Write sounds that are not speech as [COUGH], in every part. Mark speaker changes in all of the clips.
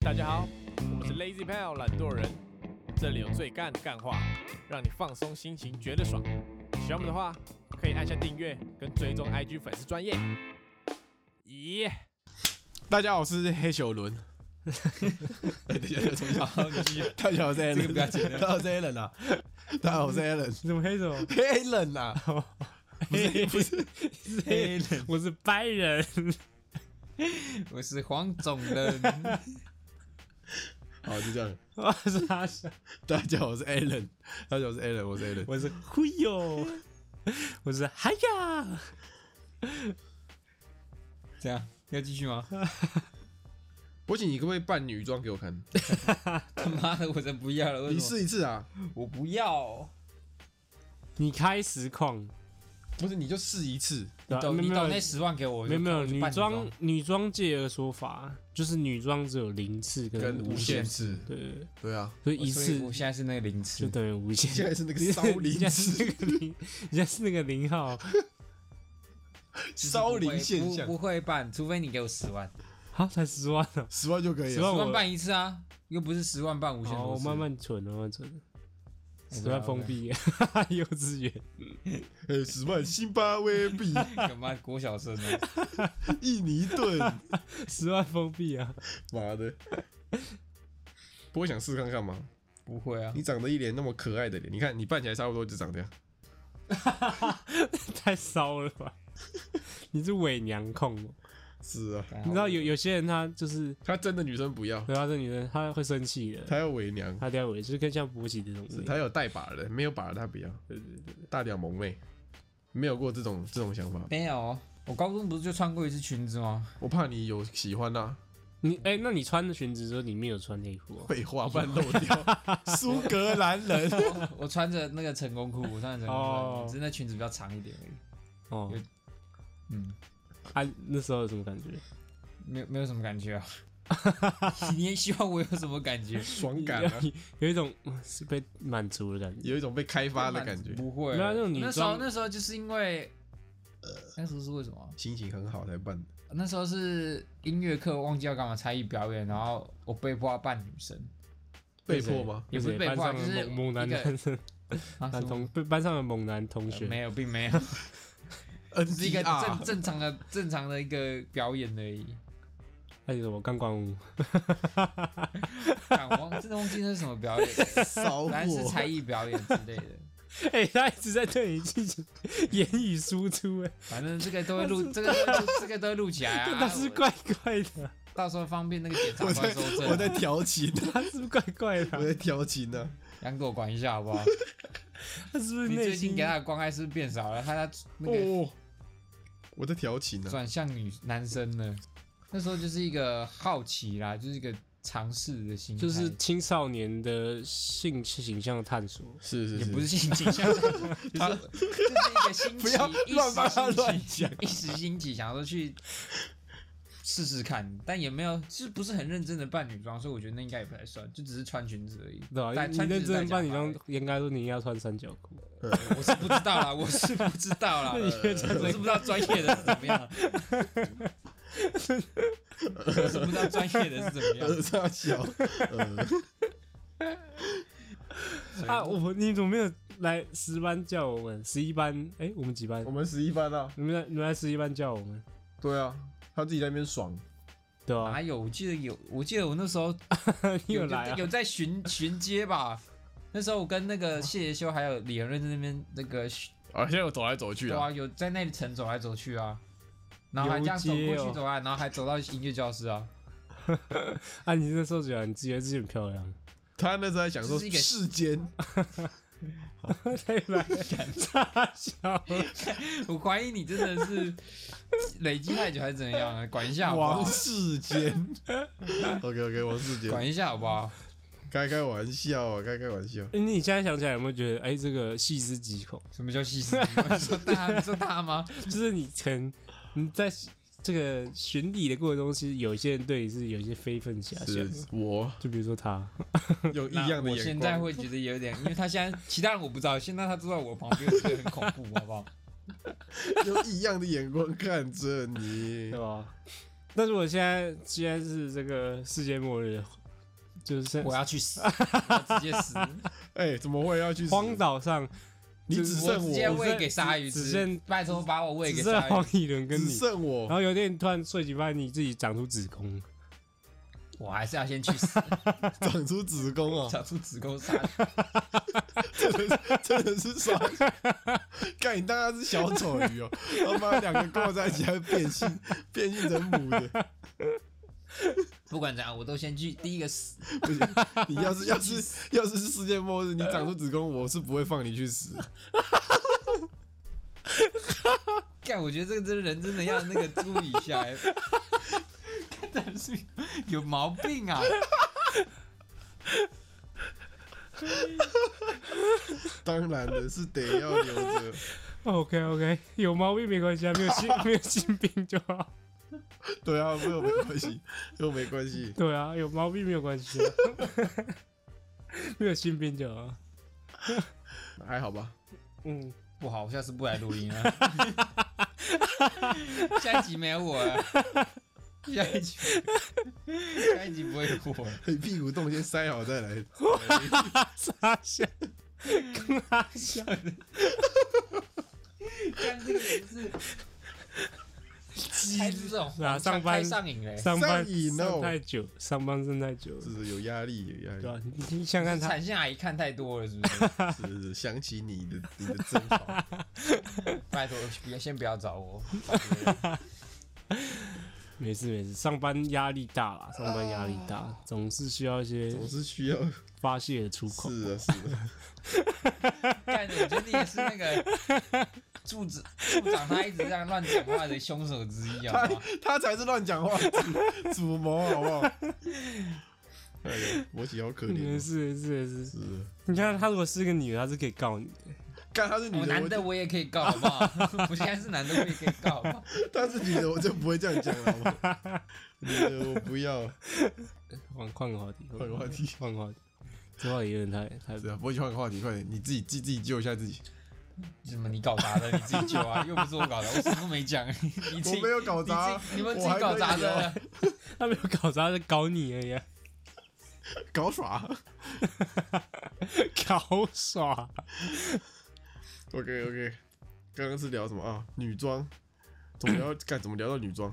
Speaker 1: 大家好，我们是 Lazy Pal 懒惰人，这里有最干的干话，让你放松心情，觉得爽。喜欢我们的话，可以按下订阅跟追踪 IG 粉丝专业。咦、
Speaker 2: 大家好，我是黑球伦。大家好，从小
Speaker 3: [LAUGHS]
Speaker 2: 大家好，我是 Allen。大家好，我是 Allen 啊。大家好，我是啊 Allen。
Speaker 3: 怎么黑什么？
Speaker 2: Allen [LAUGHS] 啊，
Speaker 3: 不是不是是
Speaker 2: [LAUGHS]
Speaker 4: 黑人，
Speaker 3: 我是白人。
Speaker 4: [LAUGHS] 我是黄种人，
Speaker 2: 好，就这样。
Speaker 3: 我是阿翔，
Speaker 2: 大家好，我是 Allen。大家好，我是 Allen，我是 Allen。
Speaker 3: 我是忽悠， [LAUGHS] 我是嗨呀。
Speaker 4: 这样要继续吗？
Speaker 2: 博景， [LAUGHS] 你可不可以扮女装给我看？
Speaker 4: 他妈的，我真不要了！为
Speaker 2: 你
Speaker 4: 什么？
Speaker 2: 试一次啊！
Speaker 4: 我不要，
Speaker 3: 你开实况，
Speaker 2: 不是，你就试一次。
Speaker 3: 对啊
Speaker 4: 抖
Speaker 3: 没
Speaker 4: 你
Speaker 3: 有
Speaker 4: 抖那十万给我，
Speaker 3: 没有没有
Speaker 4: 我就
Speaker 3: 女
Speaker 4: 办
Speaker 3: 装女装界的说法，就是女装只有零次
Speaker 2: 跟
Speaker 3: 无
Speaker 2: 无限，次，
Speaker 3: 对，
Speaker 2: 对啊，
Speaker 3: 所以
Speaker 4: 我
Speaker 3: 一
Speaker 4: 所
Speaker 3: 次
Speaker 4: 以我现在是那个零
Speaker 3: 就
Speaker 4: 次，
Speaker 3: 等于无限。
Speaker 4: [LAUGHS]
Speaker 2: 现在是那个
Speaker 3: 你
Speaker 2: 骚
Speaker 3: 你
Speaker 2: 灵
Speaker 3: 现在是那个零，你现在是那个零号。
Speaker 2: 骚灵现象
Speaker 4: 不，不会办，除非你给我十万，
Speaker 3: 好，才十万哦呢。
Speaker 2: 十万就可以
Speaker 3: 10
Speaker 4: 十
Speaker 2: 了。
Speaker 3: 万我
Speaker 4: 万办一次啊，又不是十万办无限哎啊
Speaker 3: 好，
Speaker 4: 多
Speaker 3: 我
Speaker 4: 次。
Speaker 3: 慢慢存，慢慢存。
Speaker 4: OK，
Speaker 3: 十万
Speaker 4: OK
Speaker 3: 封闭， [LAUGHS] 幼稚园。
Speaker 2: 呃，十万辛巴威币
Speaker 4: 干嘛？国小生啊，
Speaker 2: 印尼盾，
Speaker 3: 十万封闭啊！
Speaker 2: [LAUGHS] 妈的！不会想试看看吗？
Speaker 4: 不会啊
Speaker 2: 你，长得一脸那么可爱的脸，你看你扮起来差不多就长这样。
Speaker 3: 太骚了吧！你是伪娘控哦，
Speaker 2: 是啊，
Speaker 4: 干
Speaker 3: 你知道有有些人他就是，
Speaker 2: 他真的女生不要，
Speaker 3: 对啊，这女人她会生气的，
Speaker 2: 他要伪娘，
Speaker 3: 她掉尾就是跟像勃起这种人，
Speaker 2: 他有带把的，没有把的他不要。大屌萌妹，没有过这种这种想法，
Speaker 4: 没有？我高中不是就穿过一次裙子吗？ [LAUGHS]
Speaker 2: 我怕你有喜欢呐、啊。
Speaker 3: 你哎、那你穿的裙子的时候，你没有穿内裤、哦？
Speaker 2: 废话，不然漏 [LAUGHS] 掉。苏格兰 [LAUGHS] 人，
Speaker 4: 我我穿着那个成功裤，我穿着成功
Speaker 3: 哦
Speaker 4: 裤，只是那裙子比较长一点而已。
Speaker 3: 哦，
Speaker 4: 嗯，
Speaker 3: 啊，那时候有什么感觉？
Speaker 4: 没有没有什么感觉啊。 [LAUGHS] 你也希望我有什么感觉？
Speaker 2: 爽感啊，
Speaker 3: 有有一种嗯是被满足的感觉。
Speaker 2: 有一种被开发的感觉，
Speaker 4: 不会，
Speaker 3: 没有那种女
Speaker 4: 那时候
Speaker 3: 装
Speaker 4: 那时候就是因为，呃那时候是为什么啊？
Speaker 2: 心情很好才办的。
Speaker 4: 那时候是音乐课忘记要干嘛才艺表演，然后我被迫要扮女生，
Speaker 2: 被迫吗？
Speaker 4: 也不是被
Speaker 3: 班
Speaker 4: 迫啊，
Speaker 3: 上
Speaker 4: 就
Speaker 3: 的
Speaker 4: 是
Speaker 3: 猛猛男
Speaker 4: 一个
Speaker 3: 男生 [LAUGHS]
Speaker 4: 啊
Speaker 3: 男
Speaker 4: 什么
Speaker 3: 同被班上的猛男同
Speaker 4: 呃
Speaker 3: 学，
Speaker 4: 没有，并没有，
Speaker 2: 嗯，
Speaker 4: 只是一个正
Speaker 2: 啊，
Speaker 4: 正常的正常的一个表演而已。
Speaker 3: 那你什么钢管舞？
Speaker 4: 干我忘真的忘记那是什么表演，
Speaker 2: 骚
Speaker 4: 反正是才
Speaker 2: 货。
Speaker 4: 艺表演之类的。
Speaker 3: 哎、他一直在对你进行言语输出、哎，
Speaker 4: 反正这个都会录，这个都会录这个都会录起来
Speaker 3: [LAUGHS]
Speaker 4: 啊。
Speaker 3: 但是怪怪的，
Speaker 4: 到时候方便那个检察
Speaker 2: 我
Speaker 4: 官
Speaker 2: 在
Speaker 4: 收证啊，
Speaker 2: 我在调情啊，
Speaker 3: 他是不是怪怪的啊、
Speaker 2: 我在调情呢、
Speaker 4: 杨给我管一下好不好？
Speaker 3: 他是不是
Speaker 4: 你
Speaker 3: 内
Speaker 4: 最
Speaker 3: 心
Speaker 4: 近给他的关爱是不是变少了？他他那个
Speaker 2: 哦，我在调情啊呢、
Speaker 4: 转向女男生呢？那时候就是一个好奇啦，就是一个尝试的心态，
Speaker 3: 就是青少年的性形象的探索？
Speaker 2: 是是
Speaker 4: 也
Speaker 2: 是，
Speaker 4: 不是
Speaker 3: [LAUGHS]
Speaker 4: 性倾向，就是就是一个新
Speaker 2: 不
Speaker 4: 奇，
Speaker 2: 要
Speaker 4: 一时
Speaker 2: 乱帮他
Speaker 4: 兴起
Speaker 2: 乱讲，
Speaker 4: 一时兴起想说去试试看，但也没有，就是不是很认真的扮女装，所以我觉得那应该也不太算，就只是穿裙子而已。
Speaker 3: 对吧、啊哎
Speaker 4: 但
Speaker 3: 你
Speaker 4: 穿裙
Speaker 3: 认
Speaker 4: 子戴
Speaker 3: 真扮
Speaker 4: 假
Speaker 3: 你
Speaker 4: 发而
Speaker 3: 当
Speaker 4: 已，
Speaker 3: 应该说你应该穿三角裤，
Speaker 4: 我是不知道啦，我 [LAUGHS] 是不知道啦，
Speaker 3: [LAUGHS] 你觉得
Speaker 4: 我是不知道专业的是怎么
Speaker 3: [LAUGHS]
Speaker 4: 样，我是不知道专业的是怎么样
Speaker 2: 呃，。这样小，呃，
Speaker 3: 啊？我你怎么没有来十班叫我们？十一班？哎、我们几班
Speaker 2: 我？们十一班啊，
Speaker 3: 你们来你们来十一班叫我们，
Speaker 2: 对啊，他自己在那边爽，
Speaker 3: 对吧、
Speaker 4: 哪哎有？我记得有，我记得我那时候
Speaker 3: [LAUGHS] 你有
Speaker 4: 有
Speaker 3: 啊来啊？
Speaker 4: 有在巡巡街吧？那时候我跟那个谢杰修还有李仁瑞在那边那个巡，
Speaker 2: 啊，现在我走来走去
Speaker 4: 对啊，有在那里层走来走去啊，然后还这样走过
Speaker 3: 游街
Speaker 4: 去
Speaker 3: 哦
Speaker 4: 走啊来，然后还走到音乐教室啊， [LAUGHS]
Speaker 3: 啊，你那时候觉得你自己觉得自己很漂 [LAUGHS] 亮，
Speaker 2: 他那时候在享受
Speaker 4: 这是一个
Speaker 2: 世间，
Speaker 3: 太来傻笑，
Speaker 4: 我怀疑你真的是累积太久还是怎样啊？管一下好不
Speaker 2: 王
Speaker 4: 好？
Speaker 2: 世坚。OK OK，王世坚，
Speaker 4: 管一下好不好？
Speaker 2: 开开玩笑啊，开开玩笑。
Speaker 3: 哎你现在想起来有没有觉得，哎、这个细思极恐？
Speaker 4: 什么叫细思极恐？你 [LAUGHS] 说大，你说大吗？
Speaker 3: 就是你可能你在这个巡礼的过程中，其实有一些人对你是有一些非分遐想
Speaker 2: 是
Speaker 3: 的，
Speaker 2: 我
Speaker 3: 就比如说他，
Speaker 2: [LAUGHS] 有异样的
Speaker 4: 那我
Speaker 2: 眼
Speaker 4: 现在
Speaker 2: 光，
Speaker 4: 会觉得有点，因为他现在其他人我不知道，现在他坐在我旁边，我觉得很恐怖，好不好？
Speaker 2: 用异样的眼光看着你
Speaker 3: [LAUGHS] 对。吧？那如果现在既然是这个世界末日，就是
Speaker 4: 我要去死，我直接死，
Speaker 2: 哎，怎么会要去死
Speaker 3: 荒？岛上
Speaker 2: 你
Speaker 3: 就
Speaker 2: 只
Speaker 3: 是
Speaker 2: 剩
Speaker 4: 直接
Speaker 2: 我，
Speaker 4: 喂给鲨鱼
Speaker 3: 只
Speaker 4: 吃
Speaker 3: 剩，
Speaker 4: 拜托把我喂
Speaker 3: 只
Speaker 4: 给
Speaker 3: 剩
Speaker 4: 鲨鱼
Speaker 3: 黄，以伦跟
Speaker 2: 只
Speaker 3: 你，
Speaker 2: 剩
Speaker 3: 然
Speaker 2: 我。
Speaker 3: 后有一天突然睡醒发现你自己长出子 [LAUGHS] 宫，
Speaker 4: 我还是要先
Speaker 3: [LAUGHS]
Speaker 4: 去死，
Speaker 2: 长出子宫啊！
Speaker 4: 找出子宫鲨鱼。
Speaker 2: 真的是傻笑，看你当它是小丑鱼
Speaker 3: [LAUGHS]
Speaker 2: 哦、他妈两个挂在一起还会变性，变性成母的，
Speaker 4: 不管怎样，我都先去第一个死。
Speaker 2: 不行！你要是要是要是世界末日，你长出子宫，我是不会放你去死。
Speaker 4: 干，我觉得这个真的人真的要那个注意一下、欸，看真的是有毛病啊！
Speaker 2: 当然的是得要留着，
Speaker 3: OK OK，有毛病没关系啊，没有 [LAUGHS] 性没有性病就好。
Speaker 2: 对啊，没有没关系，又没关系。
Speaker 3: 对啊，有毛病没有关 [LAUGHS] 系、啊，没有性病就好。啊
Speaker 2: 还好吧？
Speaker 3: 嗯，
Speaker 4: 不好，我下次不来录音了。下一集没有我了，下一集，下一集不会有我了。
Speaker 2: 你屁股洞先塞好再来。
Speaker 3: 傻笑，跟他 [LAUGHS] 笑，
Speaker 4: 干这个人是开这种
Speaker 3: 啊上班
Speaker 4: 开上瘾欸嘞、
Speaker 3: 上班
Speaker 2: 上瘾哦
Speaker 3: 上太久，上班上太久了
Speaker 2: 是，是有压力，有
Speaker 3: 对吧、
Speaker 2: 压
Speaker 3: 啊？你你想想看他，
Speaker 4: 产线阿姨看太多了，是不是？
Speaker 2: 力，是是是想起你的你的真好，
Speaker 4: 拜托，不要先不要找我。
Speaker 3: 没事没事，上班压力大啦，上班压力大，总是需要一些
Speaker 2: 呃总是需要。
Speaker 3: 发泄的出口。
Speaker 2: 是啊是啊，
Speaker 4: 干，我觉得你也是那个助长助长他一直这样乱讲话的凶手之一，好
Speaker 2: 他
Speaker 4: 不好？
Speaker 2: 他才是乱讲
Speaker 3: [LAUGHS]
Speaker 2: 话，主主谋好不好？哎呦，摩奇好可怜
Speaker 3: [LAUGHS] 没
Speaker 2: 哦。
Speaker 3: 事没事没事，
Speaker 2: 是啊，
Speaker 3: 你看他如果是个女的，他是可以告你的。
Speaker 2: 看他是女
Speaker 4: 我
Speaker 2: 的，
Speaker 4: 哦男
Speaker 2: 我
Speaker 4: 的
Speaker 2: 就
Speaker 4: 我也可以告，好不好？ [LAUGHS] 我现在是男的，我也可以告，好不好？
Speaker 2: 他是女的，我就不会这样讲了。好不好
Speaker 3: [LAUGHS]
Speaker 2: 女的我不要，
Speaker 3: 换换个话题，
Speaker 2: 换个话题
Speaker 3: 换个话题。这话题有点太太
Speaker 2: 是啊，不去换个话题，快点，你自己自己自己救一下自己。
Speaker 4: 怎么你搞砸的？你自己救啊，又不是我搞砸，我什么都没讲， [LAUGHS] 你自
Speaker 2: 我
Speaker 4: 己
Speaker 2: 没有搞
Speaker 4: 你自
Speaker 2: 砸啊
Speaker 4: 己，你们
Speaker 2: 我
Speaker 4: 自己
Speaker 2: 还
Speaker 4: 搞
Speaker 2: 可以
Speaker 4: 砸的
Speaker 2: 啊
Speaker 4: 啊。
Speaker 3: 他没有搞砸，是搞你而已、啊，
Speaker 2: 搞耍。
Speaker 3: 搞耍。。
Speaker 2: [LAUGHS] OK OK，刚刚是聊什么啊？女装，怎么聊？干怎么聊到女装？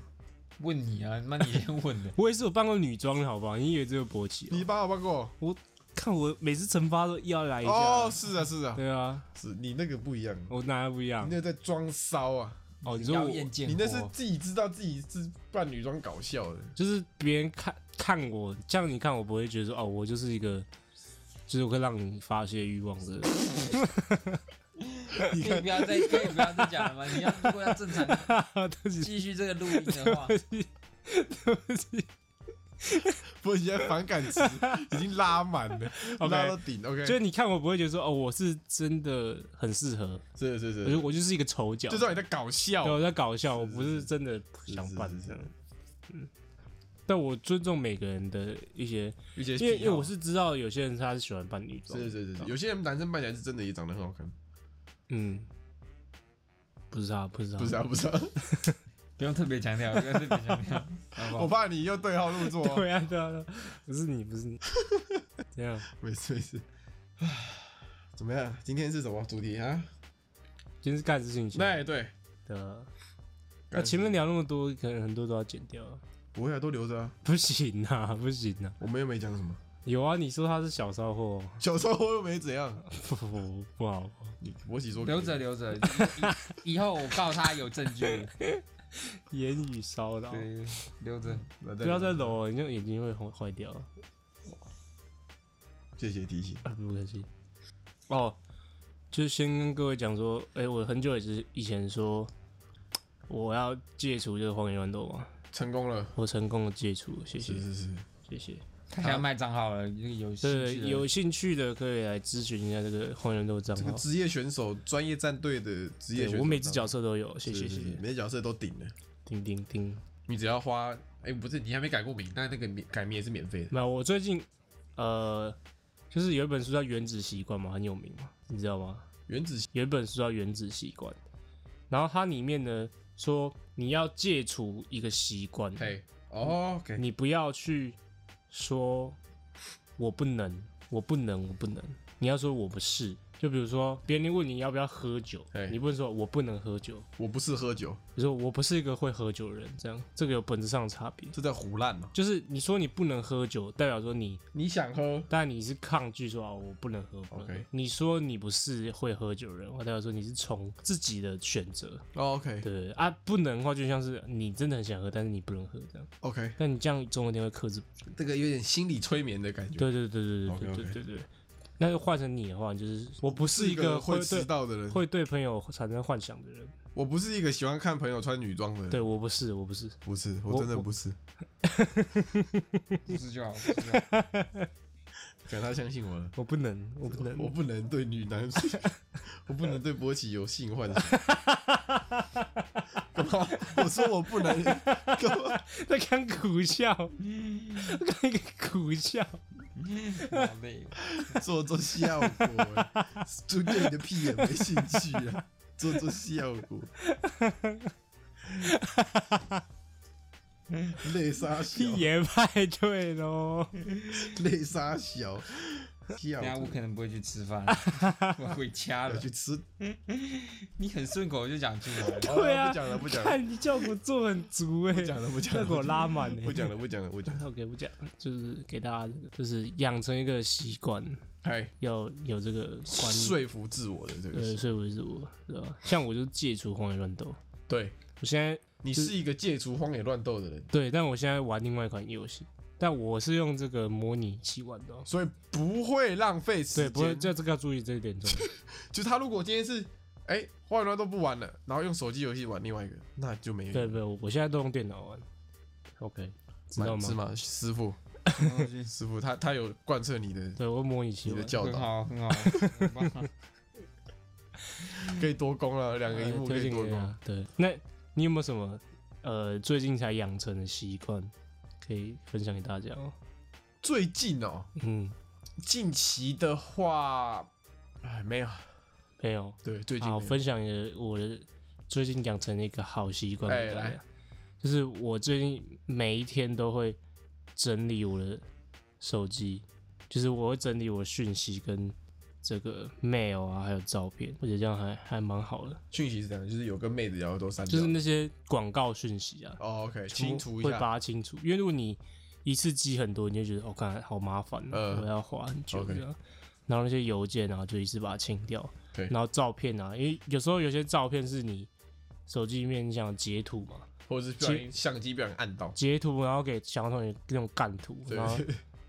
Speaker 4: 问你啊，那你先问的
Speaker 3: 我也是有扮过女装的好不好？你以为只有勃起、
Speaker 2: 你
Speaker 3: 哦？
Speaker 2: 帮我帮过
Speaker 3: 看我每次惩罚都要来一下。
Speaker 2: 哦，是啊是啊，
Speaker 3: 对啊，
Speaker 2: 是你那个不一样，
Speaker 3: 我哪来不一样
Speaker 2: 你？那个在装骚啊。
Speaker 3: 哦，你说
Speaker 4: 妖
Speaker 3: 我
Speaker 4: 艳贱
Speaker 2: 你
Speaker 4: 货，
Speaker 2: 那是自己知道自己是扮女装搞笑的，
Speaker 3: 就是别人看看我，这样你看我不会觉得说哦，我就是一个，就是我会让你发泄欲望的人。
Speaker 2: 你
Speaker 4: 可以
Speaker 2: 看
Speaker 4: 不要再可以不要再讲了吗？你要如果要正常
Speaker 2: [LAUGHS]
Speaker 3: 对不起，
Speaker 4: 继续这个录音的话，
Speaker 3: 对不起。
Speaker 2: 我现在反感
Speaker 3: [LAUGHS]
Speaker 2: 值已经拉满了，
Speaker 3: OK
Speaker 2: 拉到顶。OK，
Speaker 3: 就是你看我不会觉得说哦，我是真的很适合，
Speaker 2: 是是，
Speaker 3: 我就是我就是一个丑角
Speaker 2: 就，知道你在搞笑
Speaker 3: 对，。我啊在搞笑，我
Speaker 2: 是
Speaker 3: 不是真的想扮
Speaker 2: 是是是
Speaker 3: 这样。嗯但我尊重每个人的一些，
Speaker 2: 一些
Speaker 3: 因为
Speaker 2: 癖
Speaker 3: 因为
Speaker 2: 好
Speaker 3: 我是知道有些人他是啊喜欢扮女装，
Speaker 2: 是是是，是有些人男生扮起来是真的也长得很好看，
Speaker 3: 嗯，不知道不知道
Speaker 2: 不是啊不是啊，
Speaker 4: 不用特别强调，不用特别强调，好不
Speaker 2: [LAUGHS] 我
Speaker 3: 哦
Speaker 4: 好？
Speaker 2: 怕你又对号入座哦。
Speaker 3: 啊对啊对啊，对啊不是你不是
Speaker 2: [LAUGHS]
Speaker 3: 你，这样
Speaker 2: 没事没事，怎么样？今天是什么主题啊？
Speaker 3: 今天是干事情节
Speaker 2: 那也哎对，
Speaker 3: 的。
Speaker 2: 干
Speaker 3: 那前面聊那么多，可能很多都要剪掉，
Speaker 2: 不会啊，都留着啊，
Speaker 3: 不行啊， [LAUGHS] 不行啊！
Speaker 2: 我们又没讲什么，候
Speaker 3: 有啊，你说他是小骚货， [LAUGHS]
Speaker 2: 小时候又没怎样，
Speaker 3: 不不不好，
Speaker 2: 你我洗说
Speaker 4: 留着留着，以以后我告他有证据，
Speaker 3: 言语骚扰，
Speaker 4: 对，留 [LAUGHS] 着。
Speaker 3: 不要再
Speaker 2: 走，
Speaker 3: 揉了，你就眼睛会坏坏掉。啊
Speaker 2: 谢谢提醒。
Speaker 3: 不客气。哦，就是先跟各位讲说，哎、我很久也是以前说我要戒除这个荒野乱斗嘛，
Speaker 2: 成功了，
Speaker 3: 我成功的戒除了，谢谢
Speaker 2: 是是是，
Speaker 3: 谢谢。
Speaker 4: 他想要卖账号了，这个有兴
Speaker 3: 对
Speaker 4: 趣，的
Speaker 3: 有兴趣的可以来咨询一下这个荒野乱斗账
Speaker 2: 这个
Speaker 3: 号。
Speaker 2: 职业选手、专业战队的职业选
Speaker 3: 哦对
Speaker 2: 手，
Speaker 3: 我每只角色都有，谢
Speaker 2: 是
Speaker 3: 谢
Speaker 2: 是
Speaker 3: 谢
Speaker 2: 是
Speaker 3: 谢，
Speaker 2: 每只角色都顶了。
Speaker 3: 叮叮叮。
Speaker 2: 你只要花，哎、不是，你还没改过名，那那个名改名也是免费的。
Speaker 3: 没有，我最近呃，就是有一本书叫《原子习惯》嘛，很有名嘛，你知道吗？
Speaker 2: 原子
Speaker 3: 有一本书叫《原子习惯》，然后它里面呢，说你要戒除一个习惯，
Speaker 4: 嘿，OK，
Speaker 2: 哦
Speaker 3: 你不要去说我不能，我不能，我不能，你要说我不是。就比如说别人问你要不要喝酒
Speaker 2: 嘿，
Speaker 3: 你不能说我不能喝酒，
Speaker 2: 我不是喝酒，
Speaker 3: 你说我不是一个会喝酒的人，这样这个有本质上的差别。
Speaker 2: 这在胡乱嘛。
Speaker 3: 就是你说你不能喝酒，代表说你，
Speaker 4: 你想喝，
Speaker 3: 但你是抗拒说啊我不能喝。不能喝
Speaker 2: OK
Speaker 3: 你说你不是会喝酒的人，代表说你是从自己的选择，
Speaker 2: 哦 OK
Speaker 3: 对啊，不能的话就像是你真的很想喝，但是你不能喝这样。
Speaker 2: OK，
Speaker 3: 但你这样总有一天会克制不住。
Speaker 2: 这个有点心理催眠的感觉。
Speaker 3: 对对对对对
Speaker 2: OK，OK
Speaker 3: 对对对对。那就换成你的话，就是我不是一个
Speaker 2: 会
Speaker 3: 会
Speaker 2: 迟
Speaker 3: 对
Speaker 2: 到的人，
Speaker 3: 会对朋友产生幻想的人。
Speaker 2: 我不是一个喜欢看朋友穿女装的人。
Speaker 3: 对我不是，我不是。
Speaker 2: 不是，我
Speaker 3: 我
Speaker 2: 真的
Speaker 3: 我
Speaker 2: 不是。
Speaker 4: 不是就好，不是就好
Speaker 2: 感他相信我了，
Speaker 3: 我不能，我不能，
Speaker 2: 我不能对女男， [LAUGHS] 我不能对波奇有性幻
Speaker 3: [LAUGHS]
Speaker 2: 想。干嘛？我说我不
Speaker 3: [LAUGHS]
Speaker 2: 能， [LAUGHS] 干嘛？
Speaker 3: 在看苦笑，看一个苦笑。
Speaker 4: [LAUGHS] 好累 [LAUGHS] 哦。
Speaker 2: 做做效果欸，就对你的屁眼没兴趣啊， [LAUGHS] 做做效 [LAUGHS] 果，泪沙小，
Speaker 3: 屁爷派对喽！
Speaker 2: 泪沙小，笑
Speaker 4: 等下我
Speaker 2: 果
Speaker 4: 可能不会去吃饭，我回家
Speaker 2: 要
Speaker 4: 了
Speaker 2: 去。吃。
Speaker 4: 你很顺口就讲出来了，
Speaker 2: 好了
Speaker 3: 对啊
Speaker 2: 哦不讲了，不讲了，
Speaker 3: 看你效果做很足哎、
Speaker 2: 不讲了，不讲
Speaker 3: 效
Speaker 2: 了，
Speaker 3: 果拉满哎、
Speaker 2: 不讲了，不讲了，不讲了。
Speaker 3: OK，不讲，就是给大家这个，就是养成一个习惯，
Speaker 2: 哎，
Speaker 3: 要有这个观念。
Speaker 2: 说服自我的这
Speaker 3: 呃，
Speaker 2: 个，
Speaker 3: 所以我是我，对吧？像我就戒除荒野乱斗，
Speaker 2: 对
Speaker 3: 我现在
Speaker 2: 你是一个戒除荒野乱斗的人，
Speaker 3: 对，但我现在玩另外一款游戏，但我是用这个模拟器玩的、哦。
Speaker 2: 所以不会浪费
Speaker 3: 对，
Speaker 2: 时
Speaker 3: 不过
Speaker 2: 间。
Speaker 3: 这这个要注意这一点重要。
Speaker 2: 就他如果今天是哎荒野乱斗不玩了，然后用手机游戏玩另外一个，那就没有
Speaker 3: 对，对，我现在都用电脑玩。OK，知道
Speaker 2: 蛮是
Speaker 3: 吗？
Speaker 2: 吗？师傅，师傅，他他有贯彻你的
Speaker 3: 对，我模拟器
Speaker 2: 你的
Speaker 3: 玩。
Speaker 2: 教
Speaker 4: 很
Speaker 2: 导，
Speaker 4: 好，很好，很棒
Speaker 2: 可以多攻了，两个
Speaker 3: 呃
Speaker 2: 荧幕可
Speaker 3: 推
Speaker 2: 以
Speaker 3: 荐
Speaker 2: 多
Speaker 3: 给大
Speaker 2: 攻。
Speaker 3: 家。对，那你有没有什么呃最近才养成的习惯可以分享给大家
Speaker 2: [LAUGHS]
Speaker 3: 哦？
Speaker 2: 最近哦，
Speaker 3: 嗯，
Speaker 2: 近期的话，哎，没有，
Speaker 3: 没有。
Speaker 2: 对，最近
Speaker 3: 好，
Speaker 2: 没有
Speaker 3: 分享一个我的最近养成的一个好习惯
Speaker 2: 哎
Speaker 3: 给大
Speaker 2: 来
Speaker 3: 家，就是我最近每一天都会整理我的手机，就是我会整理我的讯息跟这个 mail 啊，还有照片，我觉得这样还还蛮好的，
Speaker 2: 讯息是这样，就是有跟妹子，然后都删
Speaker 3: 就
Speaker 2: 掉
Speaker 3: 是。那些广告讯息啊，
Speaker 2: 哦，OK，
Speaker 3: 全部
Speaker 2: 清除一
Speaker 3: 会
Speaker 2: 下。
Speaker 3: 把它清除，因为如果你一次积很多，你就觉得哦，看好麻烦啊、
Speaker 2: 嗯
Speaker 3: 我要花很久
Speaker 2: OK
Speaker 3: 这样。然后那些邮件啊，就一次把它清掉。
Speaker 2: 对
Speaker 3: 然后照片啊，因为有时候有些照片是你手机里面你想截图嘛，
Speaker 2: 或者是不小心相机不小心按到，
Speaker 3: 截图然后给小同学那种干图，
Speaker 2: 对 [LAUGHS]
Speaker 3: 然后，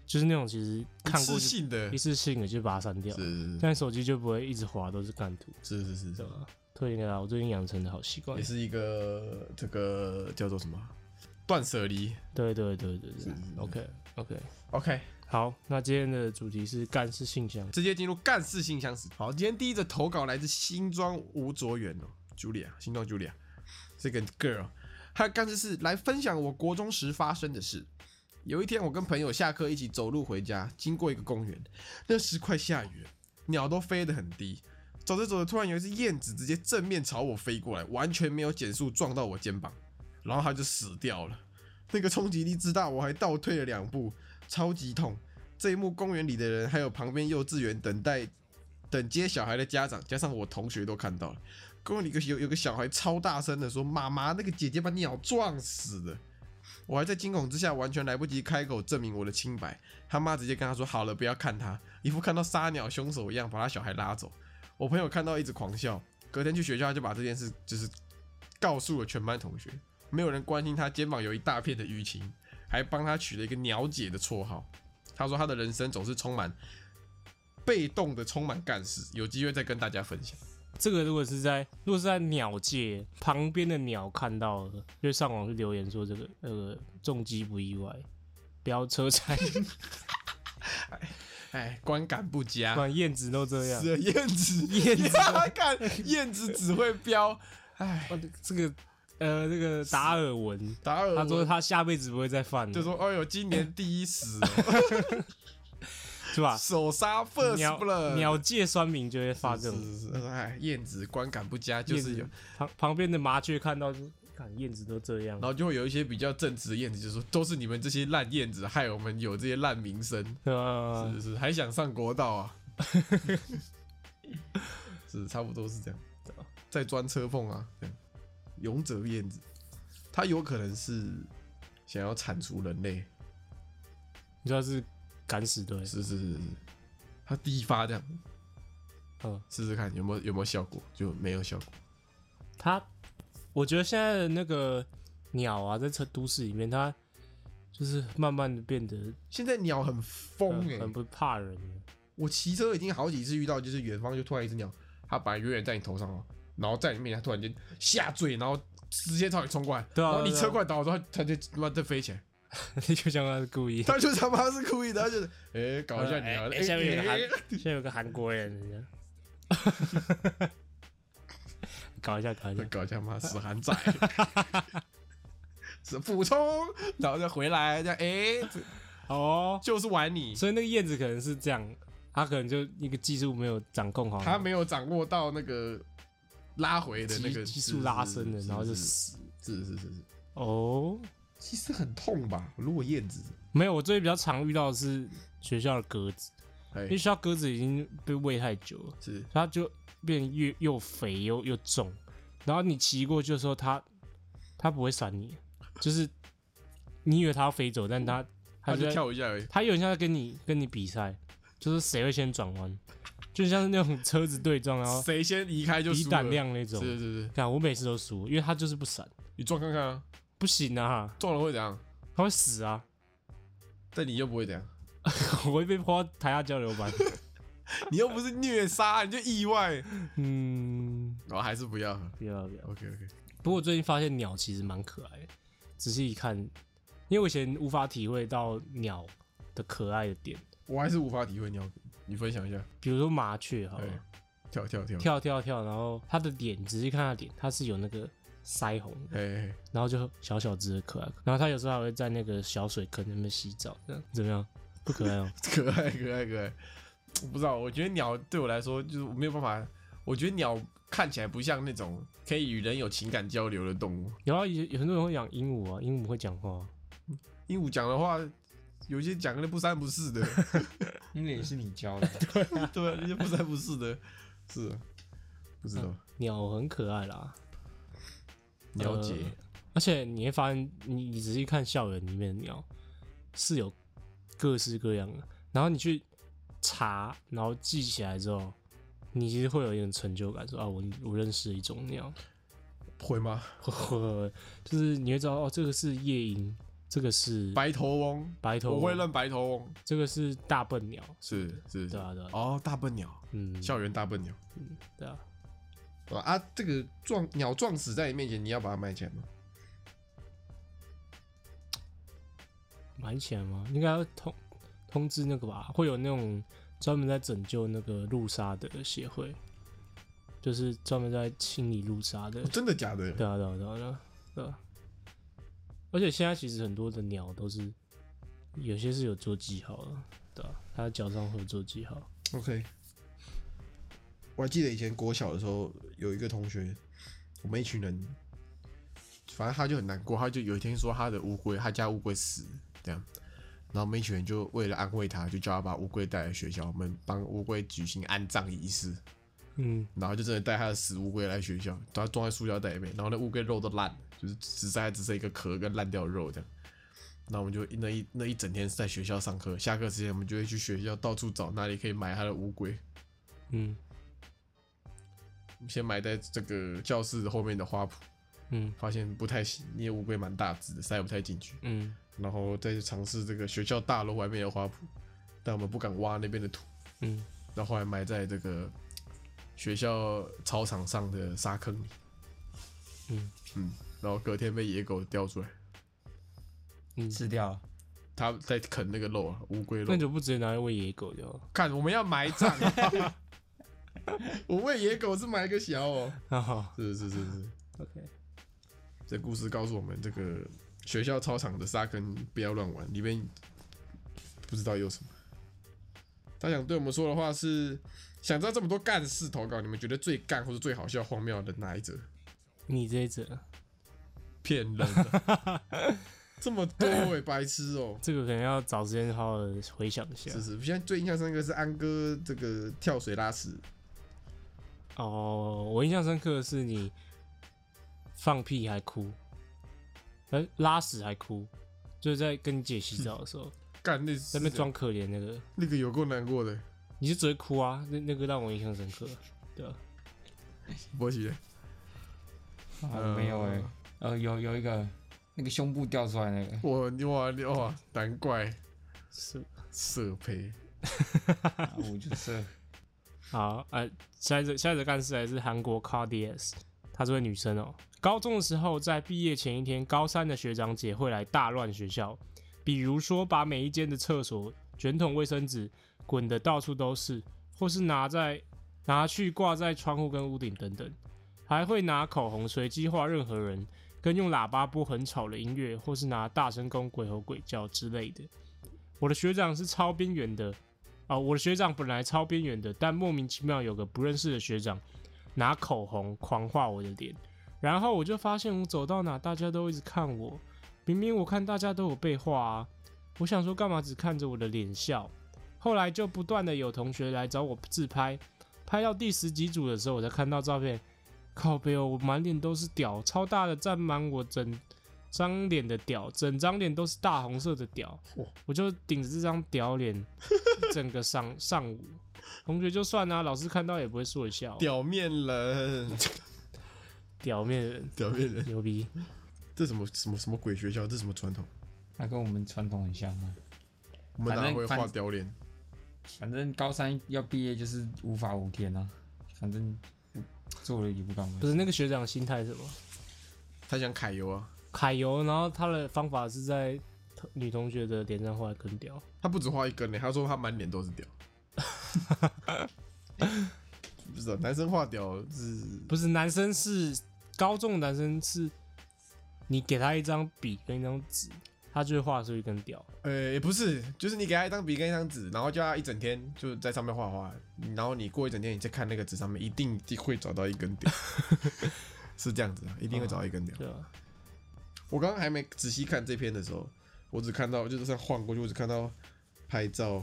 Speaker 3: 就是那种其实看
Speaker 2: 自
Speaker 3: 过就
Speaker 2: 信的
Speaker 3: 一，次性的就把它删掉，
Speaker 2: 是
Speaker 3: 但手机就不会一直滑都是干图，
Speaker 2: 是是是
Speaker 3: 对
Speaker 2: 是，
Speaker 3: 吧？推荐给大家，我最近养成的好习惯
Speaker 2: 也。是一个这个叫做什么断舍离。
Speaker 3: 对对对对对
Speaker 2: 是是
Speaker 3: ，OK OK，
Speaker 2: OK，
Speaker 3: 好，那今天的主题是干事信箱。
Speaker 2: 直接进入干事信箱时。嗯好，今天第一则投稿来自新庄吴卓源哦，Julia，新庄 Julia，这个 girl，她的干事是来分享我国中时发生的事。有一天，我跟朋友下课一起走路回家，经过一个公园，那时快下雨了，鸟都飞得很低。走着走着，突然有一只燕子直接正面朝我飞过来，完全没有减速，撞到我肩膀，然后它就死掉了。那个冲击力之大，我还倒退了两步，超级痛。这一幕，公园里的人还有旁边幼稚园等待等接小孩的家长，加上我同学都看到了。公园里有个有有个小孩超大声的说：“妈妈，那个姐姐把鸟撞死了。”我还在惊恐之下，完全来不及开口证明我的清白。他妈直接跟他说：“好了，不要看他，一副看到杀鸟凶手一样，把他小孩拉走。”我朋友看到一直狂笑。隔天去学校，他就把这件事就是告诉了全班同学，没有人关心他肩膀有一大片的淤青，还帮他取了一个“鸟姐”的绰号。他说他的人生总是充满被动的，充满干事。有机会再跟大家分享。
Speaker 3: 这个如果是在如果是在鸟界旁边的鸟看到了，就上网去留言说这个呃重击不意外，不要车 [LAUGHS] 拆，
Speaker 2: 哎，观感不佳
Speaker 3: 不，然燕子都这样。
Speaker 2: 是啊燕子， [LAUGHS]
Speaker 3: 燕子
Speaker 2: 干燕子只会飙。哎，
Speaker 3: 哇这个呃这个达尔文，
Speaker 2: 达尔文
Speaker 3: 他说他下辈子不会再犯了， [LAUGHS]
Speaker 2: 就说：“哎呦，今年第一死、哦。
Speaker 3: 是吧？
Speaker 2: 手杀 first
Speaker 3: 鸟
Speaker 2: blood，
Speaker 3: 鸟界酸民就会发这种嗯
Speaker 2: 是是是，哎，燕子观感不佳，就是有，
Speaker 3: 燕子旁旁边的麻雀看到就，看燕子都这样
Speaker 2: 然，后就会有一些比较正直的燕子，就说都是你们这些烂燕子害我们有这些烂名声，
Speaker 3: 呃，
Speaker 2: 是是是，还想上国道啊？ [LAUGHS] 是差不多是这样，
Speaker 3: 啊
Speaker 2: 再钻车缝啊，这样勇者燕子，它有可能是想要铲除人类，
Speaker 3: 你知道是敢死队，
Speaker 2: 是是是是，它第一发这样
Speaker 3: 嗯，
Speaker 2: 试试看有没有有没有效果，就没有效果。
Speaker 3: 它，我觉得现在的那个鸟啊，在城都市里面，它就是慢慢的变得
Speaker 2: 现在鸟很
Speaker 3: 呃
Speaker 2: 疯哎、
Speaker 3: 很不怕人了， [LAUGHS]
Speaker 2: 我骑车已经好几次遇到，就是远方就突然一只鸟，它本来远远在你头上哦，然后在你面前它突然间下坠，然后直接朝你冲过来，
Speaker 3: 对啊
Speaker 2: 然后你
Speaker 3: 对啊
Speaker 2: 车过来倒的时候，它它就他妈就飞起来，
Speaker 3: 就像它是故意。
Speaker 2: 它就他妈是故意的，它就是哎、搞一下你啊，
Speaker 3: 呃哎
Speaker 2: 哎、
Speaker 3: 哎下面有个韩
Speaker 2: 哎，
Speaker 3: 现在有个韩国人， [LAUGHS] 搞一下，搞一下，
Speaker 2: 哎搞一下妈死韩 [LAUGHS] 仔。是补充，然后再回来，这样哎、
Speaker 3: 好哦。
Speaker 2: 就是玩你，
Speaker 3: 所以那个燕子可能是这样，它可能就一个技术没有掌控好，
Speaker 2: 他没有掌握到那个拉回的那个
Speaker 3: 技技术拉伸的，
Speaker 2: 是是
Speaker 3: 然后就是死。
Speaker 2: 是是是是，
Speaker 3: 哦，
Speaker 2: 其实很痛吧？如果燕子，
Speaker 3: 没有，我最近比较常遇到的是学校的鸽子，
Speaker 2: 哎
Speaker 3: 因为学校鸽子已经被喂太久了，
Speaker 2: 是
Speaker 3: 它就变越又肥又又重，然后你骑过去的时候，它它不会闪你，就是你以为它要飞走，但它
Speaker 2: 他
Speaker 3: 它就
Speaker 2: 就
Speaker 3: 在
Speaker 2: 跳一下而已。
Speaker 3: 它有点像在跟你跟你比赛，就是谁会先转弯，就像是那种车子对撞，然后
Speaker 2: 谁先离 [LAUGHS] 开就
Speaker 3: 比
Speaker 2: 输了
Speaker 3: 胆。量那种。
Speaker 2: 是是是，
Speaker 3: 看我每次都输，因为它就是不闪，
Speaker 2: 你撞看看啊，
Speaker 3: 不行啊，
Speaker 2: 撞了会怎样？
Speaker 3: 它会死啊， [LAUGHS]
Speaker 2: 但你又不会怎样，
Speaker 3: 我会被泼到台下交流板。 [LAUGHS]
Speaker 2: 你又不是虐杀，你就意外，
Speaker 3: 嗯，
Speaker 2: 然后哦还是不要。
Speaker 3: 不要不要。
Speaker 2: OK OK，
Speaker 3: 不过我最近发现鸟其实蛮可爱的，仔细一看，因为我以前无法体会到鸟的可爱的点，
Speaker 2: 我还是无法体会你要，你分享一下。
Speaker 3: 比如说麻雀好
Speaker 2: 哎
Speaker 3: 了，
Speaker 2: 跳跳跳，
Speaker 3: 跳跳跳，然后它的脸，仔细看它的脸，它是有那个腮红的，
Speaker 2: 哎哎，
Speaker 3: 然后就小小只的可爱，然后它有时候还会在那个小水坑那边洗澡，这样怎么样？不可
Speaker 2: [LAUGHS]
Speaker 3: 爱哦，
Speaker 2: 可爱可爱可爱。我不知道，我觉得鸟对我来说就是我没有办法，我觉得鸟看起来不像那种可以与人有情感交流的动物。
Speaker 3: 有啊，有有很多人会养鹦鹉啊，鹦鹉会讲话啊、
Speaker 2: 鹦鹉讲的话，有些讲的不三不四
Speaker 3: [LAUGHS]
Speaker 2: 的。
Speaker 4: 因为也是你教的，
Speaker 2: 对啊，那些不三不四的，是啊不知道
Speaker 3: 鸟很可爱啦，
Speaker 2: 了解
Speaker 3: 呃而且你会发现，你你仔细看校园里面的鸟是有各式各样的，然后你去查，然后记起来之后，你其实会有一种成就感，说啊，我我认识一种鸟， [LAUGHS]
Speaker 2: 会吗？
Speaker 3: 会会会就是你会知道哦，这个是夜莺，这个是
Speaker 2: 白头翁，
Speaker 3: 白头，
Speaker 2: 我会，认白头翁，
Speaker 3: 这个是大笨鸟，
Speaker 2: 是是，
Speaker 3: 对啊对啊
Speaker 2: 哦，大笨鸟，
Speaker 3: 嗯，
Speaker 2: 校园大笨鸟
Speaker 3: 对啊，
Speaker 2: 啊啊！这个撞鸟撞死在你面前，你要把它卖钱吗？
Speaker 3: 埋起来吗？应该要通通知那个吧，会有那种专门在拯救那个路杀的协会，就是专门在清理路杀的。
Speaker 2: 哦真的假的？
Speaker 3: 呃对啊，对啊，对啊，对啊对啊。而且现在其实很多的鸟都是，有些是有做记号的，对啊，它的脚上会有做记号。
Speaker 2: OK，我还记得以前国小的时候，有一个同学，我们一群人，反正他就很难过，他就有一天说他的乌龟，他家乌龟死了这样，然后我们一群人就为了安慰他，就叫他把乌龟带来学校，我们帮乌龟举行安葬仪式，
Speaker 3: 嗯，
Speaker 2: 然后就真的带他的死乌龟来学校，把它装在塑胶袋里面，然后那乌龟肉都烂了，就是只剩下只剩一个壳跟烂掉的肉这样。那我们就那一那一整天是在学校上课，下课时间我们就会去学校到处找哪里可以买他的乌龟。
Speaker 3: 嗯
Speaker 2: 我们先埋在这个教室后面的花圃，
Speaker 3: 嗯
Speaker 2: 发现不太行，因为乌龟蛮大只的，塞不太进去。
Speaker 3: 嗯，
Speaker 2: 然后再去尝试这个学校大楼外面的花圃，但我们不敢挖那边的土。
Speaker 3: 嗯，
Speaker 2: 然后后来埋在这个学校操场上的沙坑里。
Speaker 3: 嗯
Speaker 2: 嗯，然后隔天被野狗叼出来，
Speaker 4: 吃掉了。
Speaker 2: 它在啃那个肉啊，乌龟肉
Speaker 3: 那你。就不直接拿来喂野狗就好
Speaker 2: 看，我们要埋葬、 [LAUGHS] 啊。我喂野狗是埋个小哦。
Speaker 3: 了。 [LAUGHS] 好
Speaker 2: 是是是是。
Speaker 3: ，OK，
Speaker 2: 这故事告诉我们，这个学校操场的沙坑不要乱玩，里面不知道有什么。他想对我们说的话是：想知道这么多干事投稿，你们觉得最干或者最好笑、荒谬的哪一则？
Speaker 3: 你这一则，
Speaker 2: 骗人的，
Speaker 3: [LAUGHS]
Speaker 2: 这么多哎、白痴哦、
Speaker 3: 这个可能要找时间好好的回想一下
Speaker 2: 是。是，现在最印象深刻是安哥这个跳水拉屎，
Speaker 3: 哦，我印象深刻的是你放屁还哭，呃，拉屎还哭，就是在跟你姐洗澡的时候，
Speaker 2: 干那
Speaker 3: 在那边装可怜那个，
Speaker 2: 那个有够难过的，
Speaker 3: 你就只会哭啊，那那个让我印象深刻，对啊，
Speaker 2: 波奇
Speaker 4: 啊，没有哎、呃，有有一个那个胸部掉出来那个，
Speaker 2: 我哇哇，难怪
Speaker 3: 是
Speaker 2: 色胚，
Speaker 4: 啊我就是
Speaker 3: 好，呃，下一则下一则干事还是韩国 Cardias，她是位女生哦。高中的时候，在毕业前一天，高三的学长姐会来大乱学校，比如说把每一间的厕所卷筒卫生纸滚得到处都是，或是拿在拿去挂在窗户跟屋顶等等，还会拿口红随机画任何人，跟用喇叭播很吵的音乐，或是拿大声公鬼吼鬼叫之类的。我的学长是超边缘的，啊，我的学长本来超边缘的，但莫名其妙有个不认识的学长拿口红狂画我的脸，然后我就发现我走到哪大家都一直看我，明明我看大家都有被画啊，我想说干嘛只看着我的脸笑，后来就不断的有同学来找我自拍，拍到第十几组的时候我才看到照片，靠背哦，我满脸都是屌，超大的占满我整张脸的屌，整张脸都是大红色的屌
Speaker 2: 哇，
Speaker 3: 我就顶着这张屌脸。整个上上午，同学就算啊啦、老师看到也不会说一下、哦。
Speaker 2: 表面 [LAUGHS] 人，
Speaker 3: 屌面人
Speaker 2: 表面人，
Speaker 3: 牛逼，
Speaker 2: 这什么什么什么鬼学校？这什么传统？
Speaker 4: 它跟我们传统很像啊。
Speaker 2: 我们哪
Speaker 4: 反正
Speaker 2: 会
Speaker 4: 反
Speaker 2: 画雕脸？
Speaker 4: 反正高三要毕业就是无法无天啊，反正做了也不干嘛
Speaker 3: 不。是那个学长心态是什么？
Speaker 2: 他想揩油啊，
Speaker 3: 揩油，然后他的方法是在女同学的脸上画一根屌，
Speaker 2: 他不止画一根呢、他说他满脸都是屌。 [LAUGHS] 不知道男生画屌是
Speaker 3: 不是男生是高中的男生是，你给他一张笔跟一张纸，他就会画出一根屌。
Speaker 2: 呃，也不是，就是你给他一张笔跟一张纸，然后叫他一整天就在上面画画，然后你过一整天，你再看那个纸上面，一定会找到一根 [LAUGHS] 屌，是这样子啊，一定会找到一根屌。
Speaker 3: 对啊，
Speaker 2: 我刚刚还没仔细看这篇的时候，我只看到就是这样晃过去，我只看到拍照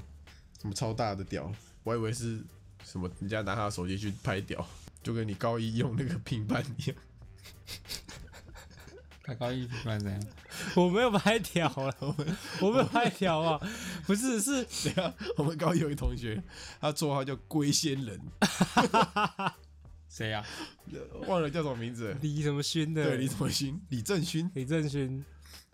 Speaker 2: 什么超大的屌，我还以为是什么人家拿他的手机去拍屌，就跟你高一用那个平板一样， [LAUGHS]
Speaker 4: 他高一不管怎样，
Speaker 3: 我没有拍屌了，我我没有拍屌啊，不是是
Speaker 2: 对啊，我们高一有一同学，他绰号叫龟仙人，
Speaker 4: 谁啊呀、
Speaker 2: 忘了叫什么名字了。
Speaker 3: 李什么勋的，
Speaker 2: 对，李怎么勋？李正勋，
Speaker 3: 李正勋，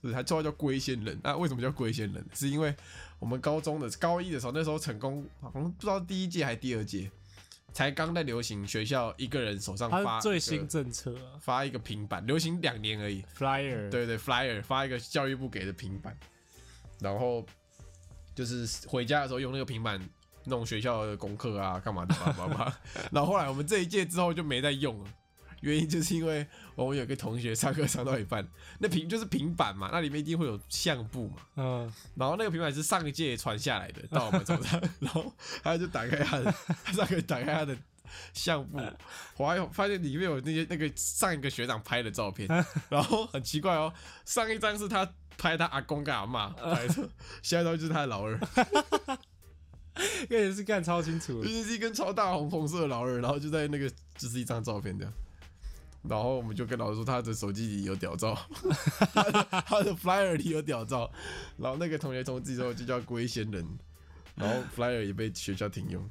Speaker 2: 对，他绰号叫龟仙人。啊那、为什么叫龟仙人？是因为我们高中的高一的时候，那时候成功好像不知道第一届还是第二届，才刚在流行学校一个人手上
Speaker 3: 他
Speaker 2: 发
Speaker 3: 是最
Speaker 2: 一个
Speaker 3: 新政策啊。
Speaker 2: 发一个平板，流行两年而已。
Speaker 3: flyer，，
Speaker 2: 对对，flyer 发一个教育部给的平板，然后就是回家的时候用那个平板弄学校的功课啊，干嘛的吧吧吧。然后后来我们这一届之后就没再用了，原因就是因为我们有个同学上课上到一半，那平就是平板嘛，那里面一定会有相簿嘛，
Speaker 3: 嗯，
Speaker 2: 然后那个平板是上一届传下来的，到我们手上，然后他就打开他的，他上课打开他的相簿，我还有发现里面有那些那个上一个学长拍的照片，然后很奇怪哦，上一张是他拍他阿公跟阿妈拍的，下一张就是他的老二，
Speaker 3: 那也是干超清楚
Speaker 2: 就，是一根超大红红色的老二，然后就在那个就是一张照片这样。然后我们就跟老师说，他的手机里有屌照， [LAUGHS] 他的他的 flyer 里有屌照。然后那个同学从此之后就叫龟仙人，然后 flyer 也被学校停用，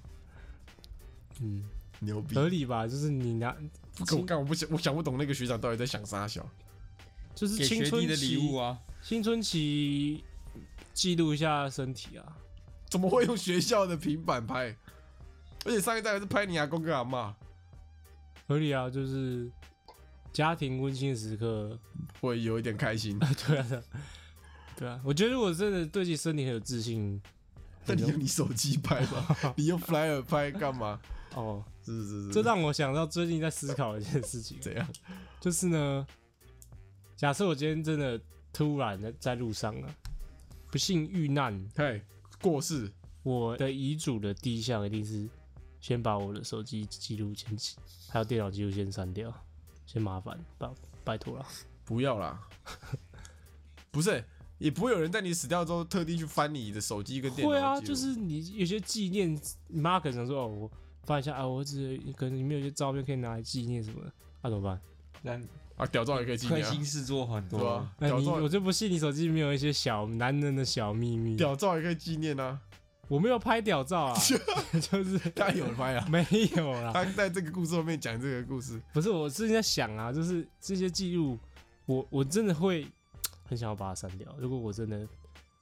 Speaker 3: 嗯，
Speaker 2: 牛逼！
Speaker 3: 合理吧？就是你拿，
Speaker 2: 不可我干我不想我想不懂那个学长到底在想啥小。
Speaker 3: 就是
Speaker 4: 给
Speaker 3: 青
Speaker 4: 学
Speaker 3: 春
Speaker 4: 弟的
Speaker 3: 期
Speaker 4: 礼物，啊，
Speaker 3: 青春期记录一下身体啊，
Speaker 2: 怎么会用学校的平板拍？而且上一代还是拍你阿公跟阿妈，
Speaker 3: 合理啊，就是家庭温馨的时刻， [LAUGHS]
Speaker 2: 会有一点开心。
Speaker 3: 对啊，对啊，我觉得如果真的对自己身体很有自信，
Speaker 2: 但
Speaker 3: 啊
Speaker 2: 你用你手机拍
Speaker 3: [LAUGHS]
Speaker 2: 吗？你用 flyer 拍干嘛？
Speaker 3: 哦，
Speaker 2: 是是是，
Speaker 3: 这让我想到最近在思考一件事情， [LAUGHS]
Speaker 2: 怎样？
Speaker 3: 就是呢，假设我今天真的突然的在路上啊，不幸遇难，
Speaker 2: 嘿，过世，
Speaker 3: 我的遗嘱的第一项一定是先把我的手机记录先起，还有电脑记录先删掉，先麻烦，拜拜托了。
Speaker 2: 不要啦， [LAUGHS] 不是，也不会有人在你死掉之后特地去翻你的手机跟电脑
Speaker 3: 会
Speaker 2: 的记录。
Speaker 3: 啊，就是你有些纪念，你妈可能想说哦，我翻一下啊，我只可能里面有些照片可以拿来纪念什么的，那、怎么办？
Speaker 4: 但
Speaker 2: 啊，屌照也可以纪
Speaker 4: 亏
Speaker 2: 念、啊
Speaker 4: 心，事做很
Speaker 2: 对
Speaker 4: 多
Speaker 2: 吧
Speaker 4: 啊，、
Speaker 3: 那
Speaker 2: 屌
Speaker 3: 你
Speaker 2: 照
Speaker 3: 我就不信你手机没有一些小男人的小秘密。
Speaker 2: 屌照也可以纪念啊，
Speaker 3: 我没有拍屌照
Speaker 2: [LAUGHS]
Speaker 3: 啊，就是
Speaker 2: 他有拍啊，
Speaker 3: 没有
Speaker 2: [LAUGHS]
Speaker 3: 啦。
Speaker 2: 他在这个故事后面讲这个故事，
Speaker 3: 不是，我是在想啊，就是这些记录，我我真的会很想要把它删掉。如果我真的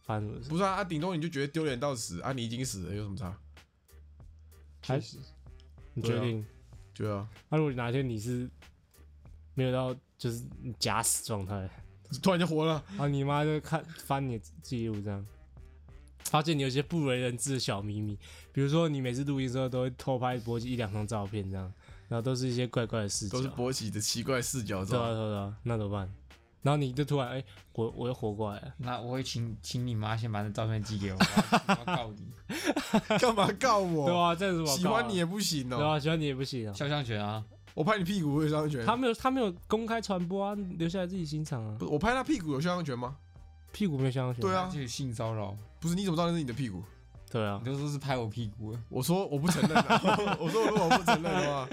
Speaker 3: 发生什么事，
Speaker 2: 不是啊，啊顶多你就觉得丢脸到死啊，你已经死了有什么差？
Speaker 3: 还
Speaker 4: 确实
Speaker 3: 你
Speaker 2: 对
Speaker 3: 决
Speaker 2: 啊
Speaker 3: 定？
Speaker 2: 对啊，
Speaker 3: 那、如果哪天你是没有到就是假死状态，
Speaker 2: 突然就活了，
Speaker 3: 然后你妈就看翻你的记录，这样发现你有些不为人知的小秘密，比如说你每次录音的时候都会偷拍波吉一两张照片，这样，然后都是一些怪怪的事情，
Speaker 2: 都是勃起的奇怪视角
Speaker 3: 对啊
Speaker 2: 照，
Speaker 3: 对啊，那怎么办？然后你就突然哎、我我又活过来了，
Speaker 4: 那我会请请你妈先把那照片寄 [LAUGHS] 给我，我要告你
Speaker 2: 干嘛告
Speaker 3: 对
Speaker 2: 我？
Speaker 3: 啊，这样子我
Speaker 2: 哦喜欢你也不行
Speaker 3: 对
Speaker 2: 哦，
Speaker 3: 啊，喜欢你也不行啊。
Speaker 4: 肖像权啊！
Speaker 2: 我拍你屁股会有肖像权，
Speaker 3: 他没有，他没有公开传播啊，留下来自己欣赏啊
Speaker 2: 不。是我拍他屁股有肖像权吗？
Speaker 3: 屁股没有相学。
Speaker 2: 对啊
Speaker 4: 这，有性骚扰，
Speaker 2: 不是你怎么知道那是你的屁股？
Speaker 3: 对啊
Speaker 4: 你，都说是拍我屁股了，
Speaker 2: 我说我不承认、啊， [LAUGHS] 我说如果我不承认的话，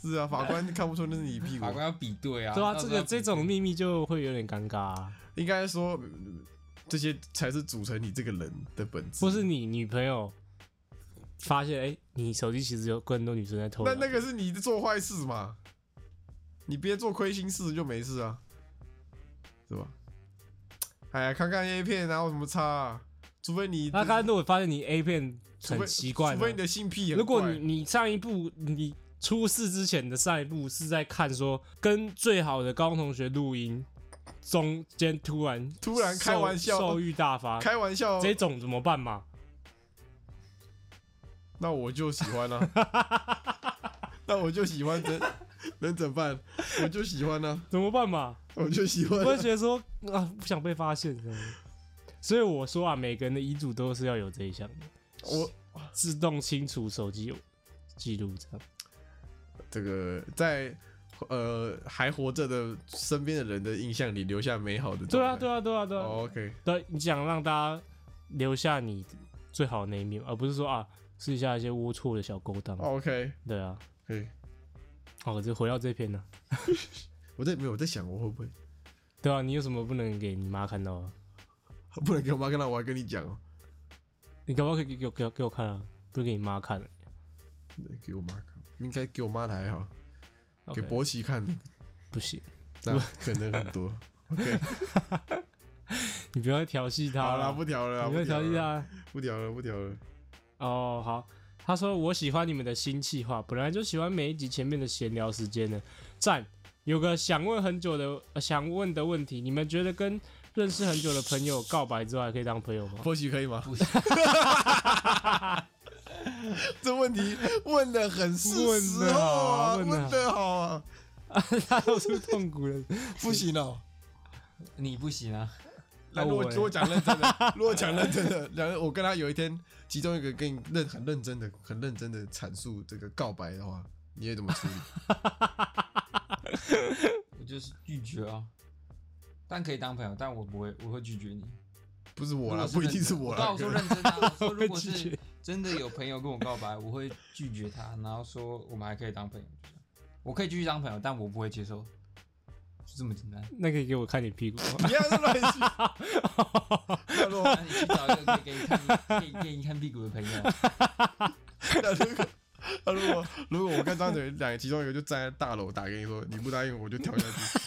Speaker 2: 是啊，法官看不出那是你屁股
Speaker 4: 法，官要比对啊。
Speaker 3: 对啊，
Speaker 4: 到时
Speaker 3: 这
Speaker 4: 候
Speaker 3: 个
Speaker 4: 要比对
Speaker 3: 这种秘密就会有点尴尬、啊。
Speaker 2: 应该说嗯这些才是组成你这个人的本质。
Speaker 3: 或是你女朋友发现，哎、你手机其实有更多女生在偷
Speaker 2: 那
Speaker 3: 聊，
Speaker 2: 那个是你做坏事嘛？你别做亏心事就没事啊，是吧？哎呀，看看 A 片哪有什么差、啊？除非你
Speaker 3: 那刚才如果发现你 A 片
Speaker 2: 除非
Speaker 3: 很奇怪呢
Speaker 2: 除，非你的性癖很
Speaker 3: 如果
Speaker 2: 怪
Speaker 3: 你你上一步你出事之前的上一步是在看说跟最好的高中同学录音，中间突然
Speaker 2: 突然开
Speaker 3: 兽
Speaker 2: 玩笑
Speaker 3: 兽欲大发，
Speaker 2: 开玩笑，哦
Speaker 3: 这种怎么办嘛？
Speaker 2: 那我就喜欢啊，
Speaker 3: [LAUGHS]
Speaker 2: 那我就喜欢，能能怎么办？我就喜欢啊，
Speaker 3: 怎么办嘛？
Speaker 2: [LAUGHS] 我就喜欢、
Speaker 3: 我会
Speaker 2: 啊。
Speaker 3: 觉得说啊，不想被发现。这样所以我说啊，每个人的遗嘱都是要有这一项的，
Speaker 2: 我
Speaker 3: 自动清除手机有记录这样。
Speaker 2: 这个在呃还活着的身边的人的印象里留下美好的
Speaker 3: 对
Speaker 2: 状
Speaker 3: 啊，
Speaker 2: 态
Speaker 3: 对啊，对啊，对啊。
Speaker 2: 哦 OK，
Speaker 3: 对，你想让大家留下你最好的那一面，而不是说啊，试一下一些龌龊的小勾当。
Speaker 2: 哦 OK，
Speaker 3: 对啊，
Speaker 2: 可以。
Speaker 3: 好，这哦回到这篇呢、
Speaker 2: 我在没有我在想我会不 [LAUGHS] 会
Speaker 3: 对啊，你有什么不能给你妈看到啊？
Speaker 2: 不能给我妈看到，我还跟你讲哦、
Speaker 3: 你可不可以给我给我给我看啊？不是给你妈看、
Speaker 2: 对给我妈看，应该给我妈的还好
Speaker 3: o
Speaker 2: 给
Speaker 3: k
Speaker 2: 博奇看，
Speaker 3: 不行，
Speaker 2: 这
Speaker 3: [LAUGHS]
Speaker 2: 样可能很多。OK，
Speaker 3: 你不要挑戏他
Speaker 2: 好
Speaker 3: 了，
Speaker 2: 啦，不调了啦，
Speaker 3: 你不要
Speaker 2: 不
Speaker 3: 调
Speaker 2: 调
Speaker 3: 戏他
Speaker 2: 了，
Speaker 3: 啊。
Speaker 2: 不调了，不调了。
Speaker 3: 哦，好，他说我喜欢你们的新计划，本来就喜欢每一集前面的闲聊时间呢，赞。有个想问很久的、呃想问的问题，你们觉得跟认识很久的朋友告白之后还可以当朋友吗？
Speaker 2: 博奇可以吗？ [LAUGHS] 这问题问的很是时候啊，
Speaker 3: 问得好啊
Speaker 2: 问的好啊，
Speaker 3: 他露出痛苦了。
Speaker 2: 不行哦。
Speaker 4: 你不行啊，
Speaker 2: 那
Speaker 3: 那
Speaker 2: 如果
Speaker 3: 我嘞
Speaker 2: 如果讲认真
Speaker 3: [LAUGHS]
Speaker 2: 的，如果讲认真的，两个我跟他有一天，其中一个跟你认很认真的、很认真的阐述这个告白的话，你会怎么处
Speaker 3: [LAUGHS]
Speaker 2: 理？
Speaker 4: 我就是拒绝啊。但可以当朋友，但我不会，我会拒绝你。
Speaker 2: 不是我啦，
Speaker 4: 如果
Speaker 2: 不一定
Speaker 4: 认
Speaker 2: 是
Speaker 4: 真
Speaker 2: 我
Speaker 4: 我当
Speaker 2: 啦
Speaker 4: 然。说认真啊，我说
Speaker 3: 我会
Speaker 4: 如果
Speaker 3: 拒
Speaker 4: 是
Speaker 3: 绝
Speaker 4: 真的有朋友跟我告白，我会拒绝他，然后说我们还可以当朋友，就这样我可以继续当朋友，但我不会接受，就这么简单。
Speaker 3: 那可以给我看你屁股吗？
Speaker 2: 你要乱去，那如果
Speaker 4: 那哎你去找一个可以给你看、可以给你看屁股的
Speaker 2: [LAUGHS]
Speaker 4: 朋友，
Speaker 2: 那如果那如果如果我跟张嘴两个其中一个就站在大楼打给你说你不答应我就跳下
Speaker 3: [LAUGHS]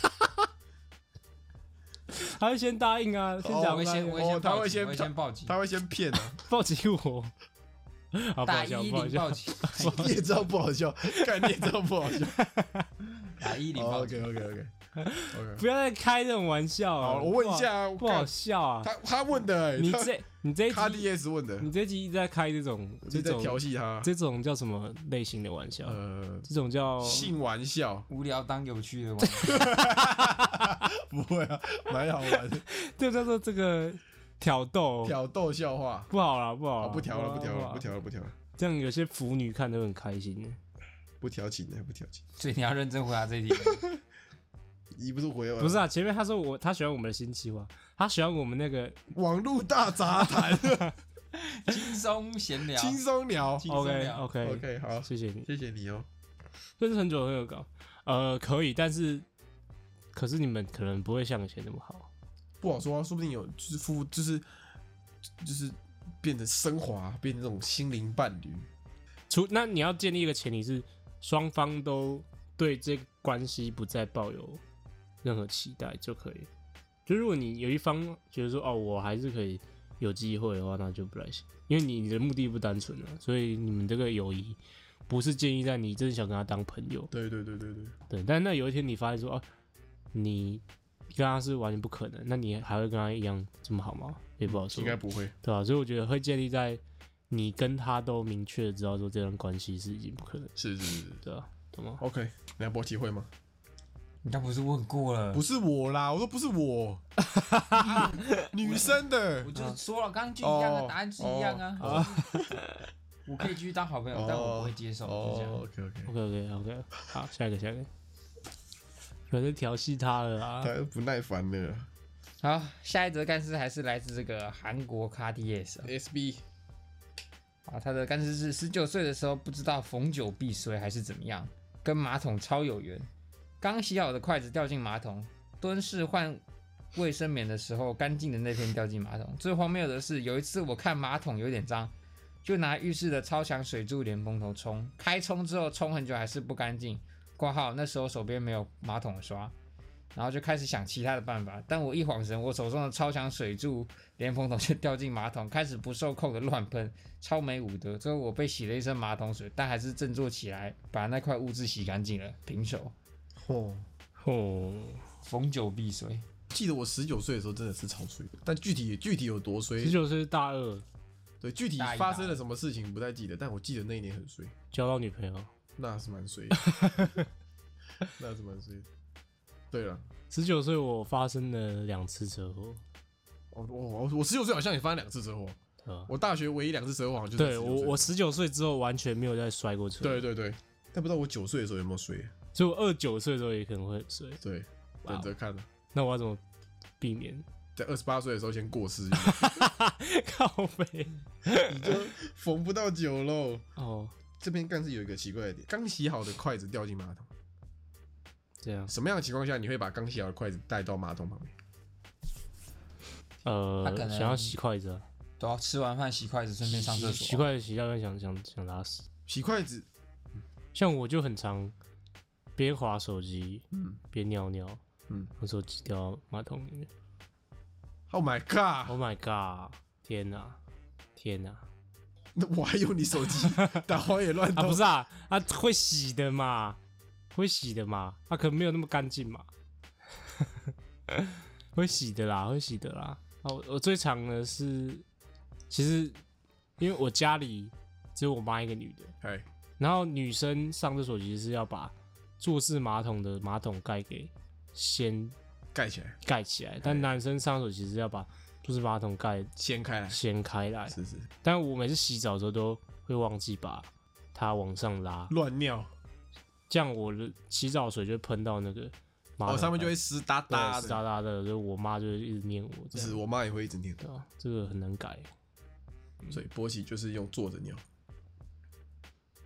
Speaker 2: 去，
Speaker 3: 他会先答应啊，先
Speaker 4: 我
Speaker 3: 讲
Speaker 4: 会
Speaker 3: 答
Speaker 4: 先，
Speaker 3: 应
Speaker 4: 我
Speaker 3: 啊
Speaker 4: 会先
Speaker 2: 哦他
Speaker 4: 报
Speaker 2: 会
Speaker 4: 警，
Speaker 2: 先
Speaker 4: 我会先报警，
Speaker 2: 他会先骗
Speaker 3: [LAUGHS]
Speaker 2: 啊，
Speaker 3: 报警我。好，不
Speaker 4: 打
Speaker 3: 好
Speaker 4: 一
Speaker 3: 笑，不好
Speaker 4: 零
Speaker 3: 笑。
Speaker 4: 报警，
Speaker 2: 你也知道不好笑，看你也知道不好
Speaker 3: [LAUGHS]
Speaker 2: 笑。哦
Speaker 4: 打一零报
Speaker 2: [LAUGHS] OK
Speaker 4: 警。
Speaker 2: OK OK OK，
Speaker 3: 不要再开这种玩笑了。
Speaker 2: 好，我问一下啊，
Speaker 3: 不好，不好
Speaker 2: 干
Speaker 3: 笑啊！
Speaker 2: 他他问的欸，
Speaker 3: 你
Speaker 2: 他
Speaker 3: 这你这一
Speaker 2: 他
Speaker 3: 集
Speaker 2: DS 问的，
Speaker 3: 你这一集一直在开这种
Speaker 2: 我
Speaker 3: 这
Speaker 2: 就在调
Speaker 3: 种
Speaker 2: 戏他。
Speaker 3: 这种叫什么类型的玩笑？
Speaker 2: 呃，
Speaker 3: 这种叫 [LAUGHS]
Speaker 2: 性玩 [LAUGHS] 笑
Speaker 4: 无聊当有趣的玩，
Speaker 2: [LAUGHS] 不会啊，蛮好玩的。
Speaker 3: 这叫做这个挑逗，
Speaker 2: 挑逗笑话。
Speaker 3: 不好啦，不好
Speaker 2: 好，
Speaker 3: 啦，
Speaker 2: 不调了，不调了，不
Speaker 3: 好啦，
Speaker 2: 调了，不调了，
Speaker 3: 这样有些腐女看都很开心的。
Speaker 2: 不调情了，不调情。
Speaker 4: 所以你要认真回答这一题。
Speaker 2: 你不是回我？
Speaker 3: 不是啊，前面他说我他喜欢我们的新计划，他喜欢我们那个
Speaker 2: 网络大杂谈，
Speaker 4: 轻松闲聊，
Speaker 2: 轻松 [LAUGHS] 聊。
Speaker 4: 轻松
Speaker 3: OK
Speaker 4: 聊。
Speaker 3: OK，
Speaker 2: OK，好，
Speaker 3: 谢谢你，
Speaker 2: 谢谢你哦。
Speaker 3: 这是很久很有搞，呃，可以，但是可是你们可能不会像以前那么好，
Speaker 2: 不好说啊，说不定有就是夫，就是就是变成升华，变成这种心灵伴侣。
Speaker 3: 除那你要建立一个前提是双方都对这个关系不再抱有任何期待就可以了。就如果你有一方觉得说哦，我还是可以有机会的话，那就不太行，因为你的目的不单纯了、所以你们这个友谊不是建立在你真的想跟他当朋友，
Speaker 2: 对对对对对，
Speaker 3: 对，但那有一天你发现说，哦、你跟他是完全不可能，那你还会跟他一样这么好吗？也不好说，
Speaker 2: 应该不会。
Speaker 3: 对吧、啊所以我觉得会建立在你跟他都明确的知道说这段关系是已经不可能，
Speaker 2: 是是是是
Speaker 3: 对吧、懂吗？
Speaker 2: ，OK。梁博体会吗？
Speaker 4: 你刚不是问过了？
Speaker 2: 不是我啦，我说不是我， [LAUGHS] 女生的
Speaker 4: 我。就说了，刚刚就一样
Speaker 2: 哦
Speaker 4: 啊，答案是一样啊。我 [LAUGHS] 我可以继续当好朋友，但我不会接受，就这
Speaker 2: 哦
Speaker 4: 样。
Speaker 2: ，OK OK，
Speaker 4: [LAUGHS]
Speaker 3: OK OK OK，好，下一个下一个，可能调戏他了啊！
Speaker 2: 他不耐烦了。
Speaker 4: 好，下一则干事还是来自这个韩国 KDS 啊
Speaker 2: SB
Speaker 4: 啊，他的干事是十九岁的时候不知道逢酒必衰还是怎么样，跟马桶超有缘。刚洗好的筷子掉进马桶，蹲式换卫生棉的时候，干净的那片掉进马桶。最荒谬的是，有一次我看马桶有点脏，就拿浴室的超强水柱连蓬头冲，开冲之后冲很久还是不干净。挂号那时候手边没有马桶刷，然后就开始想其他的办法。但我一晃神，我手中的超强水柱连蓬头就掉进马桶，开始不受控的乱喷。超没武德。最后我被洗了一身马桶水，但还是振作起来，把那块污渍洗干净了，平手。
Speaker 2: 哦，
Speaker 3: 哦，
Speaker 4: 逢酒必衰，
Speaker 2: 记得我十九岁的时候真的是超衰，但具体具体有多衰
Speaker 3: 十，九岁是大二，
Speaker 2: 对具体
Speaker 4: 大一
Speaker 2: 发
Speaker 4: 大
Speaker 2: 生了什么事情不太记得，但我记得那一年很衰，
Speaker 3: 交到女朋友，
Speaker 2: 那是蛮
Speaker 4: [LAUGHS]
Speaker 2: 衰，那是蛮衰的。对了，
Speaker 3: 十九岁我发生了两次车祸，
Speaker 2: 哦我我我我十九岁好像也发生两次车祸，
Speaker 3: 对吧？
Speaker 2: 我大学唯一两次车祸好像就是在
Speaker 3: 对
Speaker 2: 19
Speaker 3: 我
Speaker 2: 岁
Speaker 3: 我十九岁之后完全没有再摔过车，
Speaker 2: 对对对，但不知道我九岁的时候有没有衰，
Speaker 3: 所以我二九岁的时候也可能会睡。
Speaker 2: 对，
Speaker 3: 哇
Speaker 2: 等
Speaker 3: 哦
Speaker 2: 着看了。
Speaker 3: 那我要怎么避免？ [LAUGHS]
Speaker 2: 在二十八岁的时候先过世，
Speaker 4: [LAUGHS]
Speaker 3: 靠背
Speaker 2: 你就缝不到酒喽。
Speaker 3: 哦，
Speaker 2: 这边更是有一个奇怪的点，刚洗好的筷子掉进马桶，
Speaker 3: 这样
Speaker 2: 什么样的情况下你会把刚洗好的筷子带到马桶旁边？
Speaker 3: 呃
Speaker 4: 他可，能
Speaker 3: 想要洗筷子、啊，
Speaker 4: 都要吃完饭洗筷子，顺便上厕
Speaker 3: 洗洗
Speaker 4: 所啊。
Speaker 3: 筷子洗到一半想想想拉屎，
Speaker 2: 洗筷子，
Speaker 3: 像我就很常边划手机
Speaker 2: 嗯
Speaker 3: 边尿尿，
Speaker 2: 嗯
Speaker 3: 我手机掉到马桶里面
Speaker 4: 嗯
Speaker 2: ，Oh my god，
Speaker 3: ，Oh my god，天哪、天哪、啊！
Speaker 2: 那我还用你手机 [LAUGHS] 打花野乱
Speaker 3: 不
Speaker 2: 斗，
Speaker 3: 是啊，啊会洗的嘛，会洗的嘛，他、可能没有那么干净嘛， [LAUGHS] 会洗的啦，会洗的啦。啊，我我最常的是，其实因为我家里只有我妈一个女的，
Speaker 2: 哎，
Speaker 3: 然后女生上厕所其实是要把坐式马桶的马桶盖给先
Speaker 2: 盖起来，
Speaker 3: 盖起来，但男生上厕所其实要把坐式马桶盖
Speaker 2: 掀开来，
Speaker 3: 掀开来。
Speaker 2: 是是，
Speaker 3: 但我每次洗澡的时候都会忘记把它往上拉，
Speaker 2: 乱尿，
Speaker 3: 这样我的洗澡水就会喷到那个马桶
Speaker 2: 哦，
Speaker 3: 盖
Speaker 2: 上面就会湿哒
Speaker 3: 对
Speaker 2: 哒的。
Speaker 3: 湿
Speaker 2: 嗯
Speaker 3: 哒哒的，所以我妈就会一直念我这
Speaker 2: 是
Speaker 3: 样。
Speaker 2: 我妈也会一直念，
Speaker 3: 对啊，这个很难改。
Speaker 2: 所以波奇就是用坐着尿。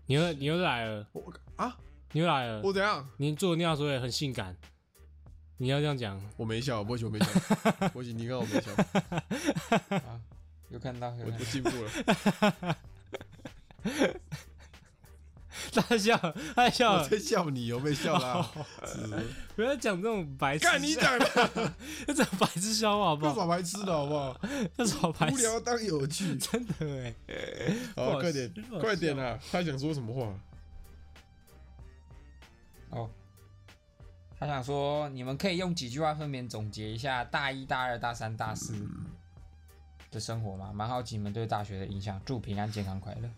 Speaker 3: 你又你又来了，
Speaker 2: 我啊，
Speaker 3: 你又来了
Speaker 2: 我。怎样？
Speaker 3: 你做尿的时候也很性感，你要这
Speaker 2: [LAUGHS]
Speaker 3: 样讲。
Speaker 2: 我没笑，波奇我没笑， [LAUGHS] 波奇你看我没笑，
Speaker 4: 啊有看到，有
Speaker 2: 我我
Speaker 4: 看到。
Speaker 2: 进步 [LAUGHS] 了，
Speaker 3: 大笑，大笑
Speaker 2: 我，在笑你，我没笑啦。是是是
Speaker 3: 不要讲这种白痴。
Speaker 2: 干你讲的， [LAUGHS]
Speaker 3: 这种白痴笑话好不
Speaker 2: 不
Speaker 3: 好？
Speaker 2: 耍白痴的好不好？
Speaker 3: 这种白
Speaker 2: 无
Speaker 3: 痴，
Speaker 2: 聊当有趣。
Speaker 3: 真的哎。不 [LAUGHS]
Speaker 2: 好，
Speaker 3: 好
Speaker 2: 快
Speaker 3: 笑
Speaker 2: 点
Speaker 3: 不，好
Speaker 2: 快点
Speaker 3: 笑
Speaker 2: 啊！他想说什么话？
Speaker 4: 哦，他想说，你们可以用几句话分别总结一下大一、大二、大三、大四的生活吗？蛮好奇你们对大学的影响。祝平安、健康、快乐。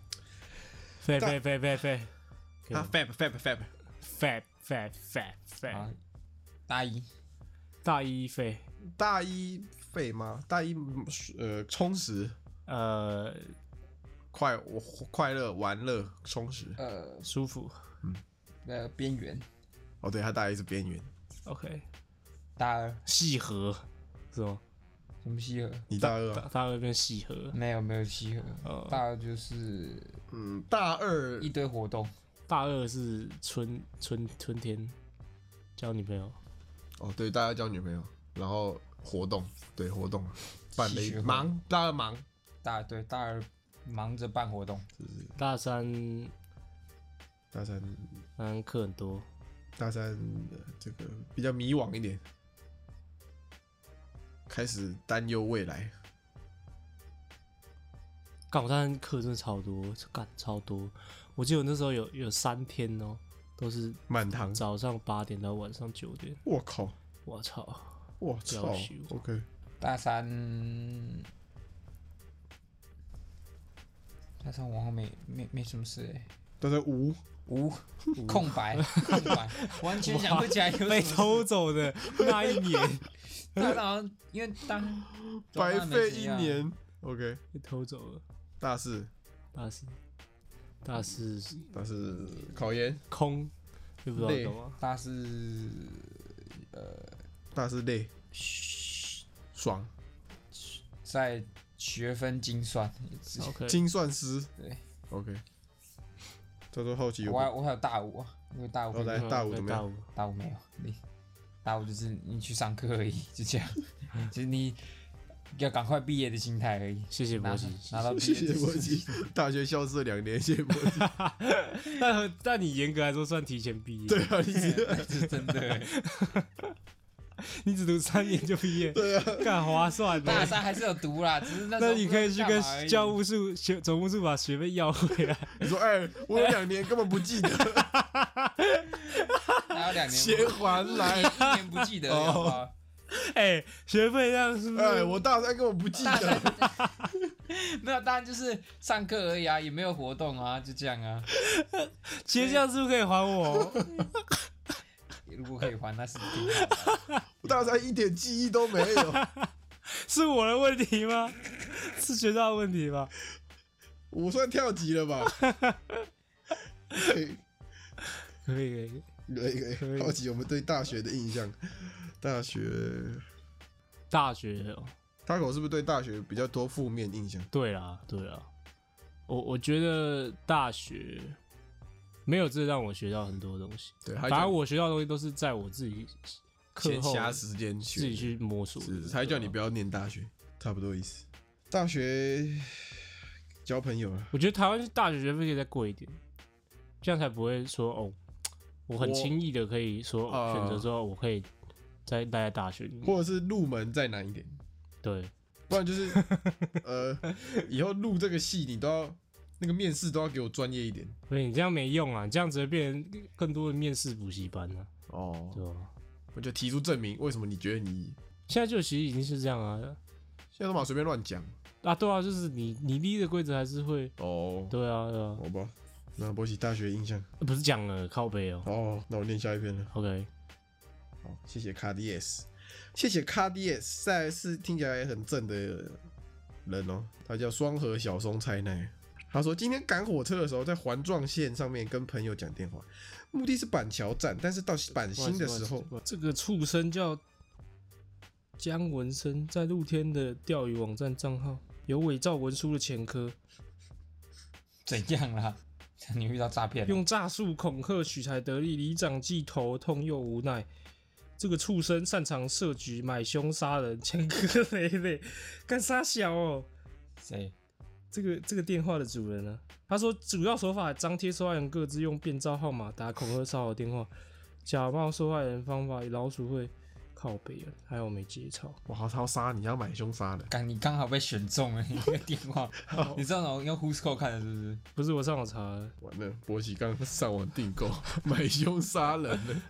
Speaker 3: 飞飞飞飞飞对
Speaker 2: 啊，fab fab fab，
Speaker 3: 飞飞飞飞
Speaker 4: 好，大一
Speaker 3: 大一飞
Speaker 2: 大一废吗？大一呃充实、
Speaker 3: 呃，
Speaker 2: 快我快乐、玩乐、充实。
Speaker 4: 呃
Speaker 3: 舒服。
Speaker 4: 那个边缘，
Speaker 2: 哦，对，他大一是边缘，
Speaker 3: OK，
Speaker 4: 大二
Speaker 3: 细合是吗？
Speaker 4: 什么西河？
Speaker 2: 你大二、
Speaker 3: 大
Speaker 2: 啊，
Speaker 3: 大二变细合，
Speaker 4: 没有没有西河，
Speaker 3: 呃，
Speaker 4: 大二就是
Speaker 2: 嗯，大二
Speaker 4: 一堆活动，
Speaker 3: 大二是春春春天交女朋友，
Speaker 2: 哦，对，大家交女朋友，然后活动，对活动，办了
Speaker 4: 戏
Speaker 2: 一
Speaker 4: 剧活动
Speaker 2: 忙，大家忙，
Speaker 4: 大对大二忙着办活动，
Speaker 3: 大三
Speaker 2: 大三
Speaker 3: 大三课很多，
Speaker 2: 大三、呃这个比较迷惘一点，开始担忧未来。
Speaker 3: 干我大三课真的超多，干超多。我记得我那时候有有三天哦，都是
Speaker 2: 满堂，
Speaker 3: 早上八点到晚上九点，
Speaker 2: 我靠，
Speaker 3: 我操！
Speaker 2: 我操
Speaker 3: 要求
Speaker 2: ，OK，
Speaker 4: 大三，大三我好像没没没什么事哎、
Speaker 2: 大三五，
Speaker 4: 无空
Speaker 2: [LAUGHS]
Speaker 4: 白，空白，完全想不起来有什么
Speaker 3: 被
Speaker 4: 事
Speaker 3: 偷走的那一年
Speaker 4: 大三好像因为当
Speaker 2: 白费
Speaker 4: 啊
Speaker 2: 一，年，OK，
Speaker 3: 被 [LAUGHS] 偷走了，
Speaker 2: 大四
Speaker 3: 大四大四是
Speaker 2: 大四考研，
Speaker 3: 空，就不知道
Speaker 2: 累
Speaker 3: 干嘛。
Speaker 4: 大四
Speaker 2: 大四累，爽，
Speaker 4: 在学分精算，
Speaker 3: OK，
Speaker 2: 精算师，
Speaker 4: 对
Speaker 2: ，OK，偷偷好奇有
Speaker 4: 我还我还有大五啊，我有大五
Speaker 2: 哦来
Speaker 3: 嗯
Speaker 2: 大五
Speaker 3: 对
Speaker 2: 怎么
Speaker 3: 大
Speaker 2: 样
Speaker 3: 五
Speaker 4: 大五没有，你大五就是你去上课而已，就这样， [LAUGHS] 就是你要赶快毕业的心态而已。
Speaker 3: 谢谢
Speaker 4: 拿
Speaker 3: 博西。
Speaker 4: 拿到毕
Speaker 2: 谢
Speaker 4: 业
Speaker 2: 谢
Speaker 4: 证
Speaker 2: 波吉，大学消失了两年，谢 [LAUGHS] 谢波吉。
Speaker 3: 但但你严格来说算提前毕业，
Speaker 2: 对啊，你是
Speaker 4: 是真
Speaker 3: [LAUGHS]
Speaker 4: 的。
Speaker 3: 你只读三年就毕业，对啊，干划算的
Speaker 4: 大。三还是有读啦，只是那时候
Speaker 3: 那你可以去
Speaker 4: 不知
Speaker 3: 跟
Speaker 4: 道干嘛而已
Speaker 3: 教务处学总务处把学费要回来，
Speaker 2: 你说，哎、我有两年根本不记得， [LAUGHS]
Speaker 4: 还有两年
Speaker 2: 钱
Speaker 4: 不，
Speaker 2: 还来。
Speaker 4: 一年不记得
Speaker 3: 哦
Speaker 4: 了，好不好？
Speaker 3: 哎，学费这样是不
Speaker 2: 哎，
Speaker 3: 是？
Speaker 2: 我大三根本不记得，
Speaker 4: 没有，当然就是上课而已啊，也没有活动啊，就这样啊。
Speaker 3: 学校是不是可以还我？
Speaker 4: 如果可以还，那是挺好的啊。 [LAUGHS]
Speaker 2: 我大三一点记忆都没有。
Speaker 3: 是我的问题吗？是学校的问题吗？
Speaker 2: 我算跳级了 [LAUGHS] 吧？哎可以
Speaker 3: 可以可以，
Speaker 2: 可以可
Speaker 3: 可
Speaker 2: 以，
Speaker 3: 以
Speaker 2: 哎好奇我们对大学的印象。大学，
Speaker 3: 大学哦，
Speaker 2: 他口是不是对大学比较多负面印象？
Speaker 3: 对啦，对啦，我我觉得大学没有这让我学到很多东西，
Speaker 2: 对，他
Speaker 3: 反
Speaker 2: 叫
Speaker 3: 正
Speaker 2: 你
Speaker 3: 我学到的东西都是在我自己课
Speaker 2: 闲
Speaker 3: 后
Speaker 2: 暇时间
Speaker 3: 自己去摸索的。啊
Speaker 2: 是，他还叫你不
Speaker 3: 要。
Speaker 2: 要念大学，差不多意思。大学交朋友啊，
Speaker 3: 我觉得台湾大学学费可以再贵一点，这样才不会说哦，我很
Speaker 2: 我
Speaker 3: 轻易的可以说、
Speaker 2: 呃
Speaker 3: 选择说我可以再待在大学里面。
Speaker 2: 或者是入门再难一点，
Speaker 3: 对，
Speaker 2: 不然就是
Speaker 3: [LAUGHS]
Speaker 2: 呃，以后录这个戏你都要那个面试都要给我专业一点
Speaker 3: 所以你这样没用啊，你这样只会变成更多的面试补习班啊，
Speaker 2: 哦
Speaker 3: 对吧、
Speaker 2: 我就提出证明，为什么你觉得你
Speaker 3: 现在就其实已经是这样啊，
Speaker 2: 现在都嘛随便乱讲
Speaker 3: 啊对啊，就是你你立的规则还是会，
Speaker 2: 哦？
Speaker 3: 对啊对啊，
Speaker 2: 好吧，那波奇大学印象
Speaker 3: 不是讲了靠背哦、
Speaker 2: 哦，那我念下一篇了。
Speaker 3: OK，
Speaker 2: 好，哦谢谢卡迪 S，谢谢卡迪 S，再是听起来很正的人哦，他叫双河小松菜奈。他说今天赶火车的时候，在环状线上面跟朋友讲电话，目的是板桥站，但是到板新的时候，
Speaker 3: 这个畜生叫姜文生，在露天的钓鱼网站账号有伪造文书的前科，
Speaker 4: 怎样啦？ [LAUGHS] 你遇到诈骗了？
Speaker 3: 用诈术恐吓取财得利，里长既头痛又无奈。这个畜生擅长设局、买凶杀人，前科 [LAUGHS] 累累，干啥小哦？
Speaker 4: 谁？
Speaker 3: 这个这个电话的主人呢、他说主要手法张贴受害人各自用变造号码打恐吓骚扰电话，假冒受害人方法以老鼠会靠北了，还有没接操。
Speaker 2: 哇，他要杀你，要买凶杀人，
Speaker 4: 刚你刚好被选中了，你那个电话，你知道那种用 Who's Call 看的，是不是？
Speaker 3: 不是我上网查的，
Speaker 2: 完了，波奇刚上网订购 [LAUGHS] 买凶杀人了，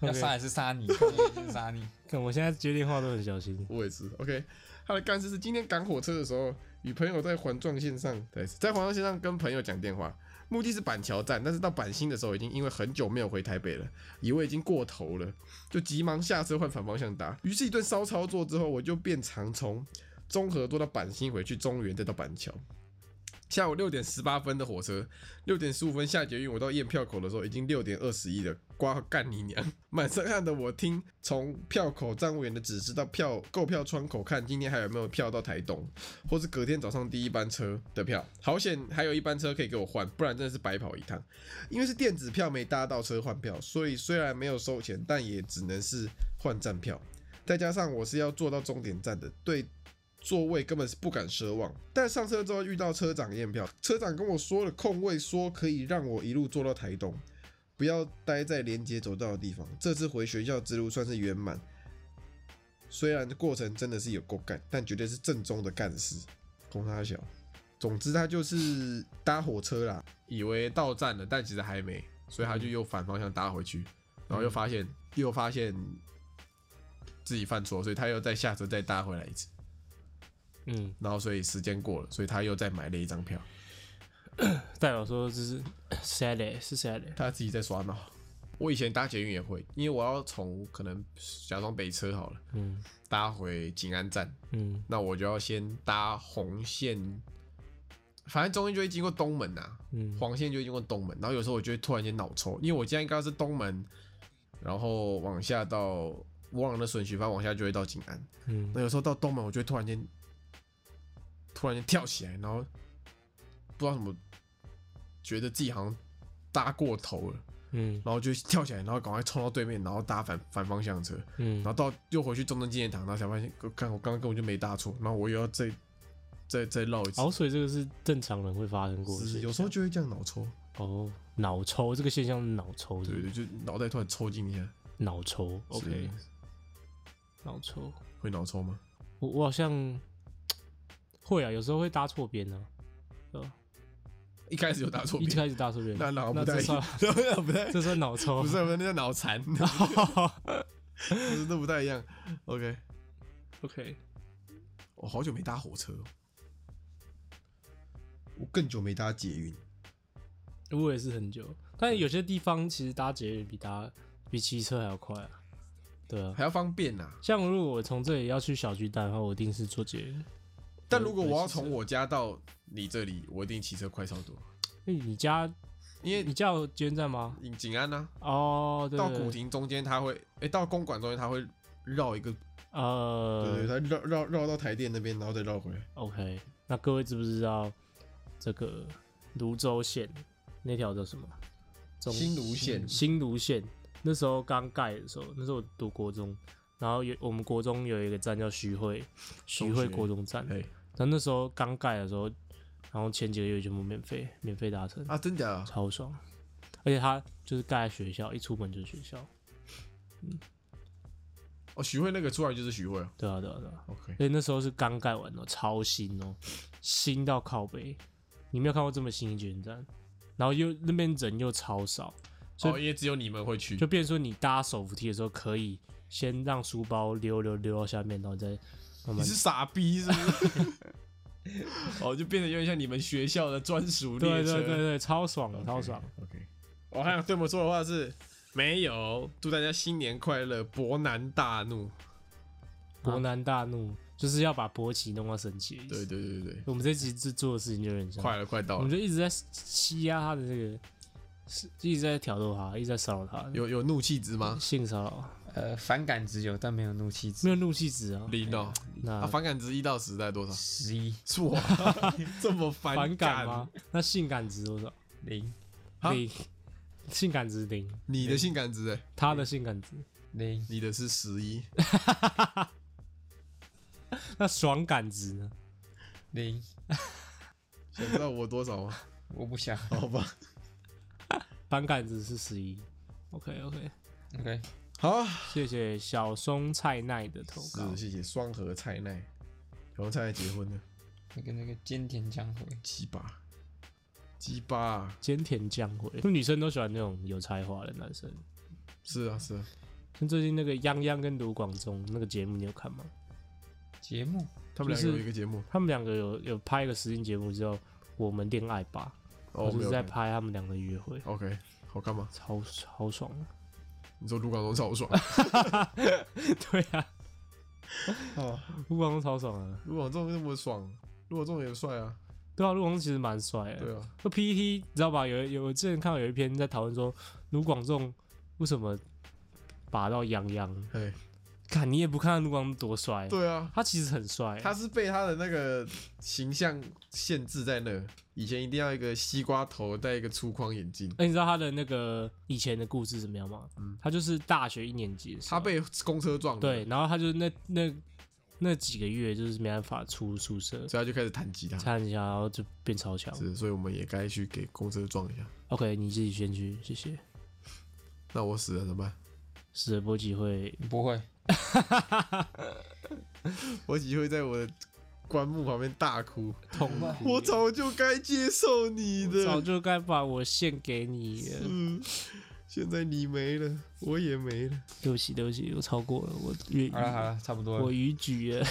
Speaker 4: 要杀也是杀 [LAUGHS] 你，看起来就是杀你。
Speaker 3: 看我现在接电话都很小心。
Speaker 2: 我也是，OK。他的干事是今天赶火车的时候，与朋友在环状线上，对，在环状线上跟朋友讲电话，目的是板桥站，但是到板新的时候，已经因为很久没有回台北了，以为已经过头了，就急忙下车换反方向搭。于是，一顿骚操作之后，我就变长从中和坐到板新回去，中原再到板桥。下午六点十八分的火车，六点十五分下捷运，我到验票口的时候已经六点二十一了，瓜干你娘！满身汗的我听从票口站务员的指示到票购票窗口看今天还有没有票到台东，或是隔天早上第一班车的票。好险还有一班车可以给我换，不然真的是白跑一趟。因为是电子票没搭到车换票，所以虽然没有收钱，但也只能是换站票。再加上我是要坐到终点站的，对座位根本是不敢奢望。但上车之后遇到车长验票，车长跟我说了空位，说可以让我一路坐到台东，不要待在连接走道的地方。这次回学校之路算是圆满，虽然过程真的是有够干，但绝对是正宗的干事，空他小。总之他就是搭火车啦，嗯以为到站了，但其实还没，所以他就又反方向搭回去，然后又发现、又发现自己犯错，所以他又再下车再搭回来一次。
Speaker 3: 嗯，
Speaker 2: 然后所以时间过了，所以他又再买了一张票，
Speaker 3: 代表说这是 Saturday 是欸 Saturday，
Speaker 2: 他自己在刷脑。我以前搭捷运也会，因为我要从可能假装北车好了，
Speaker 3: 嗯
Speaker 2: 搭回景安站，
Speaker 3: 嗯
Speaker 2: 那我就要先搭红线，反正中间就会经过东门啊，
Speaker 3: 嗯
Speaker 2: 黄线就会经过东门，然后有时候我就会突然间脑抽，因为我今天应该是东门，然后往下到我忘了那顺序，反正往下就会到景安，
Speaker 3: 嗯
Speaker 2: 那有时候到东门，我就会突然间，突然间跳起来，然后不知道怎么，觉得自己好像搭过头了，
Speaker 3: 嗯
Speaker 2: 然后就跳起来，然后赶快冲到对面，然后搭反反方向的车，
Speaker 3: 嗯
Speaker 2: 然后到又回去中正纪念堂，然后才发现，我看我刚刚根本就没搭错，然后我又要再再再绕一次
Speaker 3: 哦，，所以这个是正常人会发生过的
Speaker 2: 是
Speaker 3: 事。
Speaker 2: 有时候就会这样脑抽，
Speaker 3: 哦，脑抽这个现象是脑抽是
Speaker 2: 对
Speaker 3: 不是，
Speaker 2: 对，就脑袋突然抽筋一下
Speaker 3: 脑抽
Speaker 2: 是
Speaker 3: ，OK，脑抽。
Speaker 2: 会脑抽吗？
Speaker 3: 我我好像会啊，有时候会搭错边呢，对吧？
Speaker 2: 一开始就搭错
Speaker 3: 一
Speaker 2: 边，
Speaker 3: 开始搭错
Speaker 2: [LAUGHS]
Speaker 3: 边，
Speaker 2: 那脑不
Speaker 3: 那
Speaker 2: 太
Speaker 3: 这
Speaker 2: 一样， [LAUGHS]
Speaker 3: 算
Speaker 2: 那不太
Speaker 3: 这算
Speaker 2: [LAUGHS]
Speaker 3: 脑抽啊
Speaker 2: 不？是不是那叫脑残， [LAUGHS] 就是都不太一样。OK，
Speaker 3: OK，
Speaker 2: 我好久没搭火车哦，我更久没搭捷运。
Speaker 3: 我也是很久，但有些地方其实搭捷运比搭比骑车还要快啊，对啊。
Speaker 2: 还要方便呐。
Speaker 3: 像如果我从这里要去小巨蛋的话，我一定是坐捷运。
Speaker 2: 但如果我要从我家到你这里，我一定骑车快超多，
Speaker 3: 哎，你家
Speaker 2: 因为
Speaker 3: 你家有捷运站吗？
Speaker 2: 景景安啊呢，
Speaker 3: 哦，对，
Speaker 2: 到
Speaker 3: 对
Speaker 2: 古亭中间它会，哎，到公馆中间它会绕一个，对对，
Speaker 3: 呃
Speaker 2: 它绕绕绕到台电那边，然后再绕回来。
Speaker 3: ，OK，那各位知不知道这个泸州线那条叫什么？中
Speaker 2: 新芦线
Speaker 3: 新芦线那时候刚盖的时候，那时候我读国中，然后有我们国中有一个站叫徐汇，徐汇
Speaker 2: 中学
Speaker 3: 国中站。
Speaker 2: 哎，
Speaker 3: 然后那时候刚盖的时候，然后前几个月全部免费免费搭乘，
Speaker 2: 啊，真假的？
Speaker 3: 超爽。而且它就是盖在学校，一出门就是学校。
Speaker 2: 哦，徐汇那个出来就是徐汇哦。
Speaker 3: 对啊，对啊，对啊。
Speaker 2: OK，
Speaker 3: 所以那时候是刚盖完哦，超新哦，新到靠北。你没有看过这么新的捷运站，然后又那边人又超少，所以
Speaker 2: 哦，因为只有你们会去
Speaker 3: 就，变成说你搭手扶梯的时候，可以先让书包溜溜溜到下面，然后再慢
Speaker 2: 你
Speaker 3: 慢
Speaker 2: 是。傻逼是 [LAUGHS] 不是？哦，就变得有点像你们学校的专属列
Speaker 3: 对
Speaker 2: 车。
Speaker 3: 对对对，超爽的，超爽。
Speaker 2: OK，我还想对我们说的话是：没有，祝大家新年快乐，勃然大怒。
Speaker 3: 勃然大怒，就是要把勃起弄到生气的意
Speaker 2: 对
Speaker 3: 思。
Speaker 2: 对对对对，
Speaker 3: 我们这集制做的事情就有点像，
Speaker 2: 快了，快到
Speaker 3: 我们
Speaker 2: 了，
Speaker 3: 就一直在欺压他的这个，是一直在挑逗他，一直在骚扰他，
Speaker 2: 有有怒气值
Speaker 3: [LAUGHS]
Speaker 2: 吗？
Speaker 3: 性骚扰，
Speaker 4: 呃，反感只有，但没有怒气值。
Speaker 3: 没有怒气值啊。
Speaker 2: 零哦，
Speaker 3: 那
Speaker 2: 啊，反感值一到十在多少？
Speaker 4: 十一
Speaker 2: 是我 [LAUGHS] 这么反
Speaker 3: 反感吗？？那性感值多少？
Speaker 4: 零
Speaker 2: 啊
Speaker 3: 零，性感值零，
Speaker 2: 你的性感值哎，
Speaker 3: 他的性感值，
Speaker 4: 零
Speaker 2: 你的是十
Speaker 3: [LAUGHS]
Speaker 2: 一，
Speaker 3: 那爽感值呢？
Speaker 4: 零，
Speaker 2: 想知道我多少吗？
Speaker 4: 我不想。
Speaker 2: 好吧，
Speaker 3: 反感值是十一。OK OK，
Speaker 4: [LAUGHS] OK，
Speaker 2: 好，
Speaker 3: 谢谢小松菜奈的投稿
Speaker 2: 是。谢谢双河菜奈，双菜奈结婚了，
Speaker 4: 那个那个菅田将晖，
Speaker 2: 鸡巴，鸡巴啊
Speaker 3: 菅田将晖，那女生都喜欢那种有才华的男生。
Speaker 2: 是啊是啊，
Speaker 3: 像最近那个泱泱跟卢广仲那个节目，你有看吗？
Speaker 4: 节目
Speaker 2: 他们
Speaker 3: 就
Speaker 2: 两
Speaker 3: 是
Speaker 2: 个有一个节目
Speaker 3: 他们两个有有拍一个实境节目叫《我们恋爱吧》，
Speaker 2: 哦，
Speaker 3: 我
Speaker 2: 没
Speaker 3: 就是
Speaker 2: 有
Speaker 3: 在
Speaker 2: 看。
Speaker 3: 拍他们两个约会，
Speaker 2: OK，好看吗？
Speaker 3: 超超爽的。
Speaker 2: 你说卢广仲超爽，
Speaker 3: [LAUGHS] 对 [LAUGHS] 啊，
Speaker 2: 哦，
Speaker 3: 陆广仲超爽啊！
Speaker 2: 卢广仲那么爽，卢广仲也帅啊，
Speaker 3: 对啊，陆广仲其实蛮帅的。
Speaker 2: 对啊，
Speaker 3: 那 PPT 你知道吧？有有我之前看到有一篇在讨论说，卢广仲为什么拔到泱泱？
Speaker 2: 嘿，
Speaker 3: 看你也不看卢广仲多帅，
Speaker 2: 对啊，
Speaker 3: 他其实很帅。
Speaker 2: 他是被他的那个形象限制在那，以前一定要一个西瓜头，戴一个粗框眼镜，
Speaker 3: 哎、你知道他的那个以前的故事怎么样吗？他就是大学一年级的时候，
Speaker 2: 嗯他被公车撞了，
Speaker 3: 对，，然后他就那那那几个月就是没办法出宿舍，
Speaker 2: 所以他就开始弹吉他，
Speaker 3: 看一下，然后就变超强。
Speaker 2: 是，所以我们也该去给公车撞一下。
Speaker 3: OK，你自己先去，谢谢。
Speaker 2: 那我死了怎么办？ [LAUGHS]
Speaker 3: 死了波及会
Speaker 4: 不会，
Speaker 2: 我只会在我的棺木旁边大哭，
Speaker 4: 哎
Speaker 3: 痛苦，
Speaker 2: [LAUGHS] 我早就该接受你
Speaker 3: 我早
Speaker 2: 的，
Speaker 3: 就该把我献给你了。
Speaker 2: 嗯，现在你没了，我也没了。
Speaker 3: 对不起，对不起，我超过了，我越
Speaker 4: 好了好了，差不多
Speaker 3: 我
Speaker 4: 了。
Speaker 3: 逾矩 [LAUGHS] 了。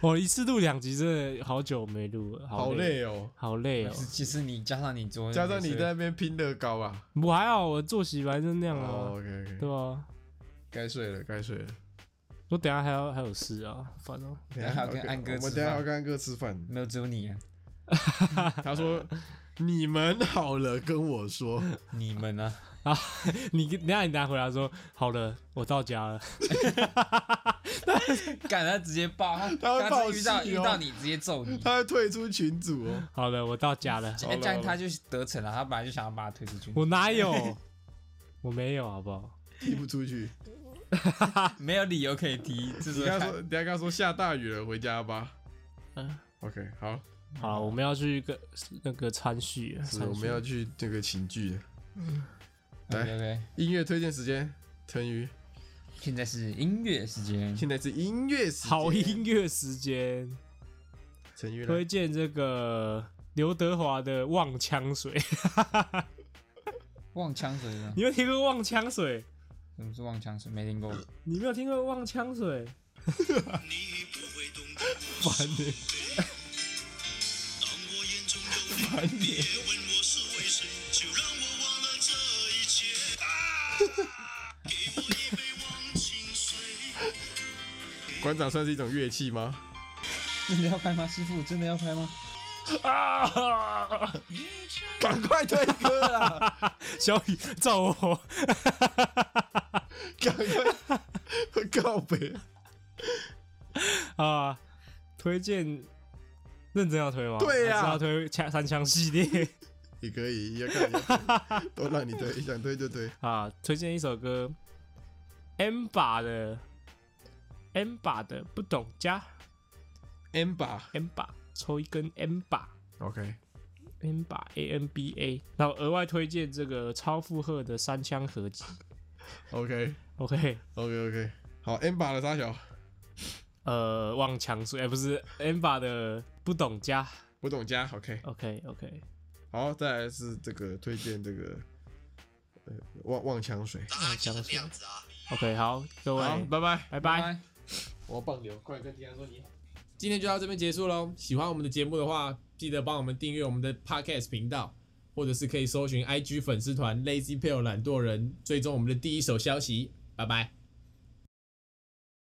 Speaker 3: 我一次录两集，真的好久没录了，
Speaker 2: 好
Speaker 3: 累，
Speaker 2: 累哦，
Speaker 3: 好累哦。
Speaker 4: 其实你加上你昨天
Speaker 2: 加上你
Speaker 4: 也是
Speaker 2: 在那边拼乐高啊。
Speaker 3: 我还好，我作息反正那样
Speaker 2: 哦
Speaker 3: 啊，
Speaker 4: 嗯
Speaker 2: ，OK OK，
Speaker 3: 对啊。
Speaker 2: 该睡了，该睡了。
Speaker 3: 我等一下还要还有事啊，烦哦。
Speaker 4: 等一下还要跟安哥
Speaker 2: 我们
Speaker 4: 吃
Speaker 2: 等一下
Speaker 4: 饭
Speaker 2: 要跟安哥吃
Speaker 4: [LAUGHS]
Speaker 2: 饭。
Speaker 4: 没有只有你啊，
Speaker 2: 他
Speaker 4: [LAUGHS]
Speaker 2: 说：“你们好了，跟我说。
Speaker 4: 你们啊，
Speaker 3: 你等一下你等一下回答说好了，我到家了。
Speaker 4: 敢他直接爆，
Speaker 2: 他会
Speaker 4: 他
Speaker 2: 爆
Speaker 4: 次遇到
Speaker 2: 气
Speaker 4: 遇
Speaker 2: 哦
Speaker 4: 到你直接揍你”，
Speaker 2: 他会退出群组哦。
Speaker 3: 好了，我到家了。
Speaker 4: 哎这样他就得逞了，他本来就想要把他推出去，
Speaker 3: 我哪有？我没有，好不好？
Speaker 2: 踢不出去。
Speaker 4: 没有理由可以踢，这
Speaker 2: 你
Speaker 4: 是
Speaker 2: 跟他说，等一下跟他说下大雨了，回家吧。
Speaker 3: 嗯
Speaker 2: OK，好，
Speaker 3: 好了，我们要去一个那个餐叙了，
Speaker 2: 嗯是
Speaker 3: 餐叙
Speaker 2: 我们要去这个情剧了。来
Speaker 4: OK OK，
Speaker 2: 音乐推荐时间，腾宇，
Speaker 4: 现在是音乐时间，
Speaker 2: 现在是音乐时间。
Speaker 3: 好音，乐时间，
Speaker 2: 腾宇
Speaker 3: 推
Speaker 2: 来。
Speaker 3: 荐这个刘德华的《忘枪水》， [LAUGHS]
Speaker 4: 忘枪水吗？
Speaker 3: 你有听过《忘枪水》？
Speaker 4: 什么是忘枪水？没听过。 [LAUGHS]
Speaker 3: 你没有听过《忘枪水》？
Speaker 2: 烦你，烦你。馆长算是一种乐器吗？
Speaker 4: 真的要拍吗？师傅真的要拍吗？
Speaker 3: 啊！
Speaker 2: 赶快推歌 [LAUGHS] 啦！
Speaker 3: [LAUGHS] 小雨照我，
Speaker 2: 赶快告别。
Speaker 3: 啊，推荐认真要推吗？
Speaker 2: 对呀
Speaker 3: 还是要推枪三枪系列 [LAUGHS]
Speaker 2: 也可以，要看你要推都让你推，想推就推。
Speaker 3: 啊。推荐一首歌，M 把的 M 把的不懂加
Speaker 2: M 吧
Speaker 3: M 把抽一根 M 把
Speaker 2: ，OK，
Speaker 3: M 把 A N B A，然后额外推荐这个超负荷的三枪合集。
Speaker 2: OK，OK，OK，、
Speaker 3: OK，
Speaker 2: 好，M 吧的沙小，
Speaker 3: 呃，忘枪水，哎、不是 M 把的不懂加。
Speaker 2: 不懂加，OK，
Speaker 3: OK OK，
Speaker 2: 好，再来是这个推荐这个，呃，忘忘枪水。
Speaker 3: 忘枪水。OK，好，各
Speaker 2: 好，
Speaker 3: 位，
Speaker 2: 拜拜。
Speaker 3: 拜拜。
Speaker 4: 拜。
Speaker 2: 我棒流，快跟迪安说你好。
Speaker 1: 今天就到这边结束喽。喜欢我们的节目的话，记得帮我们订阅我们的 Podcast 频道，或者是可以搜寻 IG 粉丝团 Lazy p a l e 懒惰人，追踪我们的第一手消息。拜拜。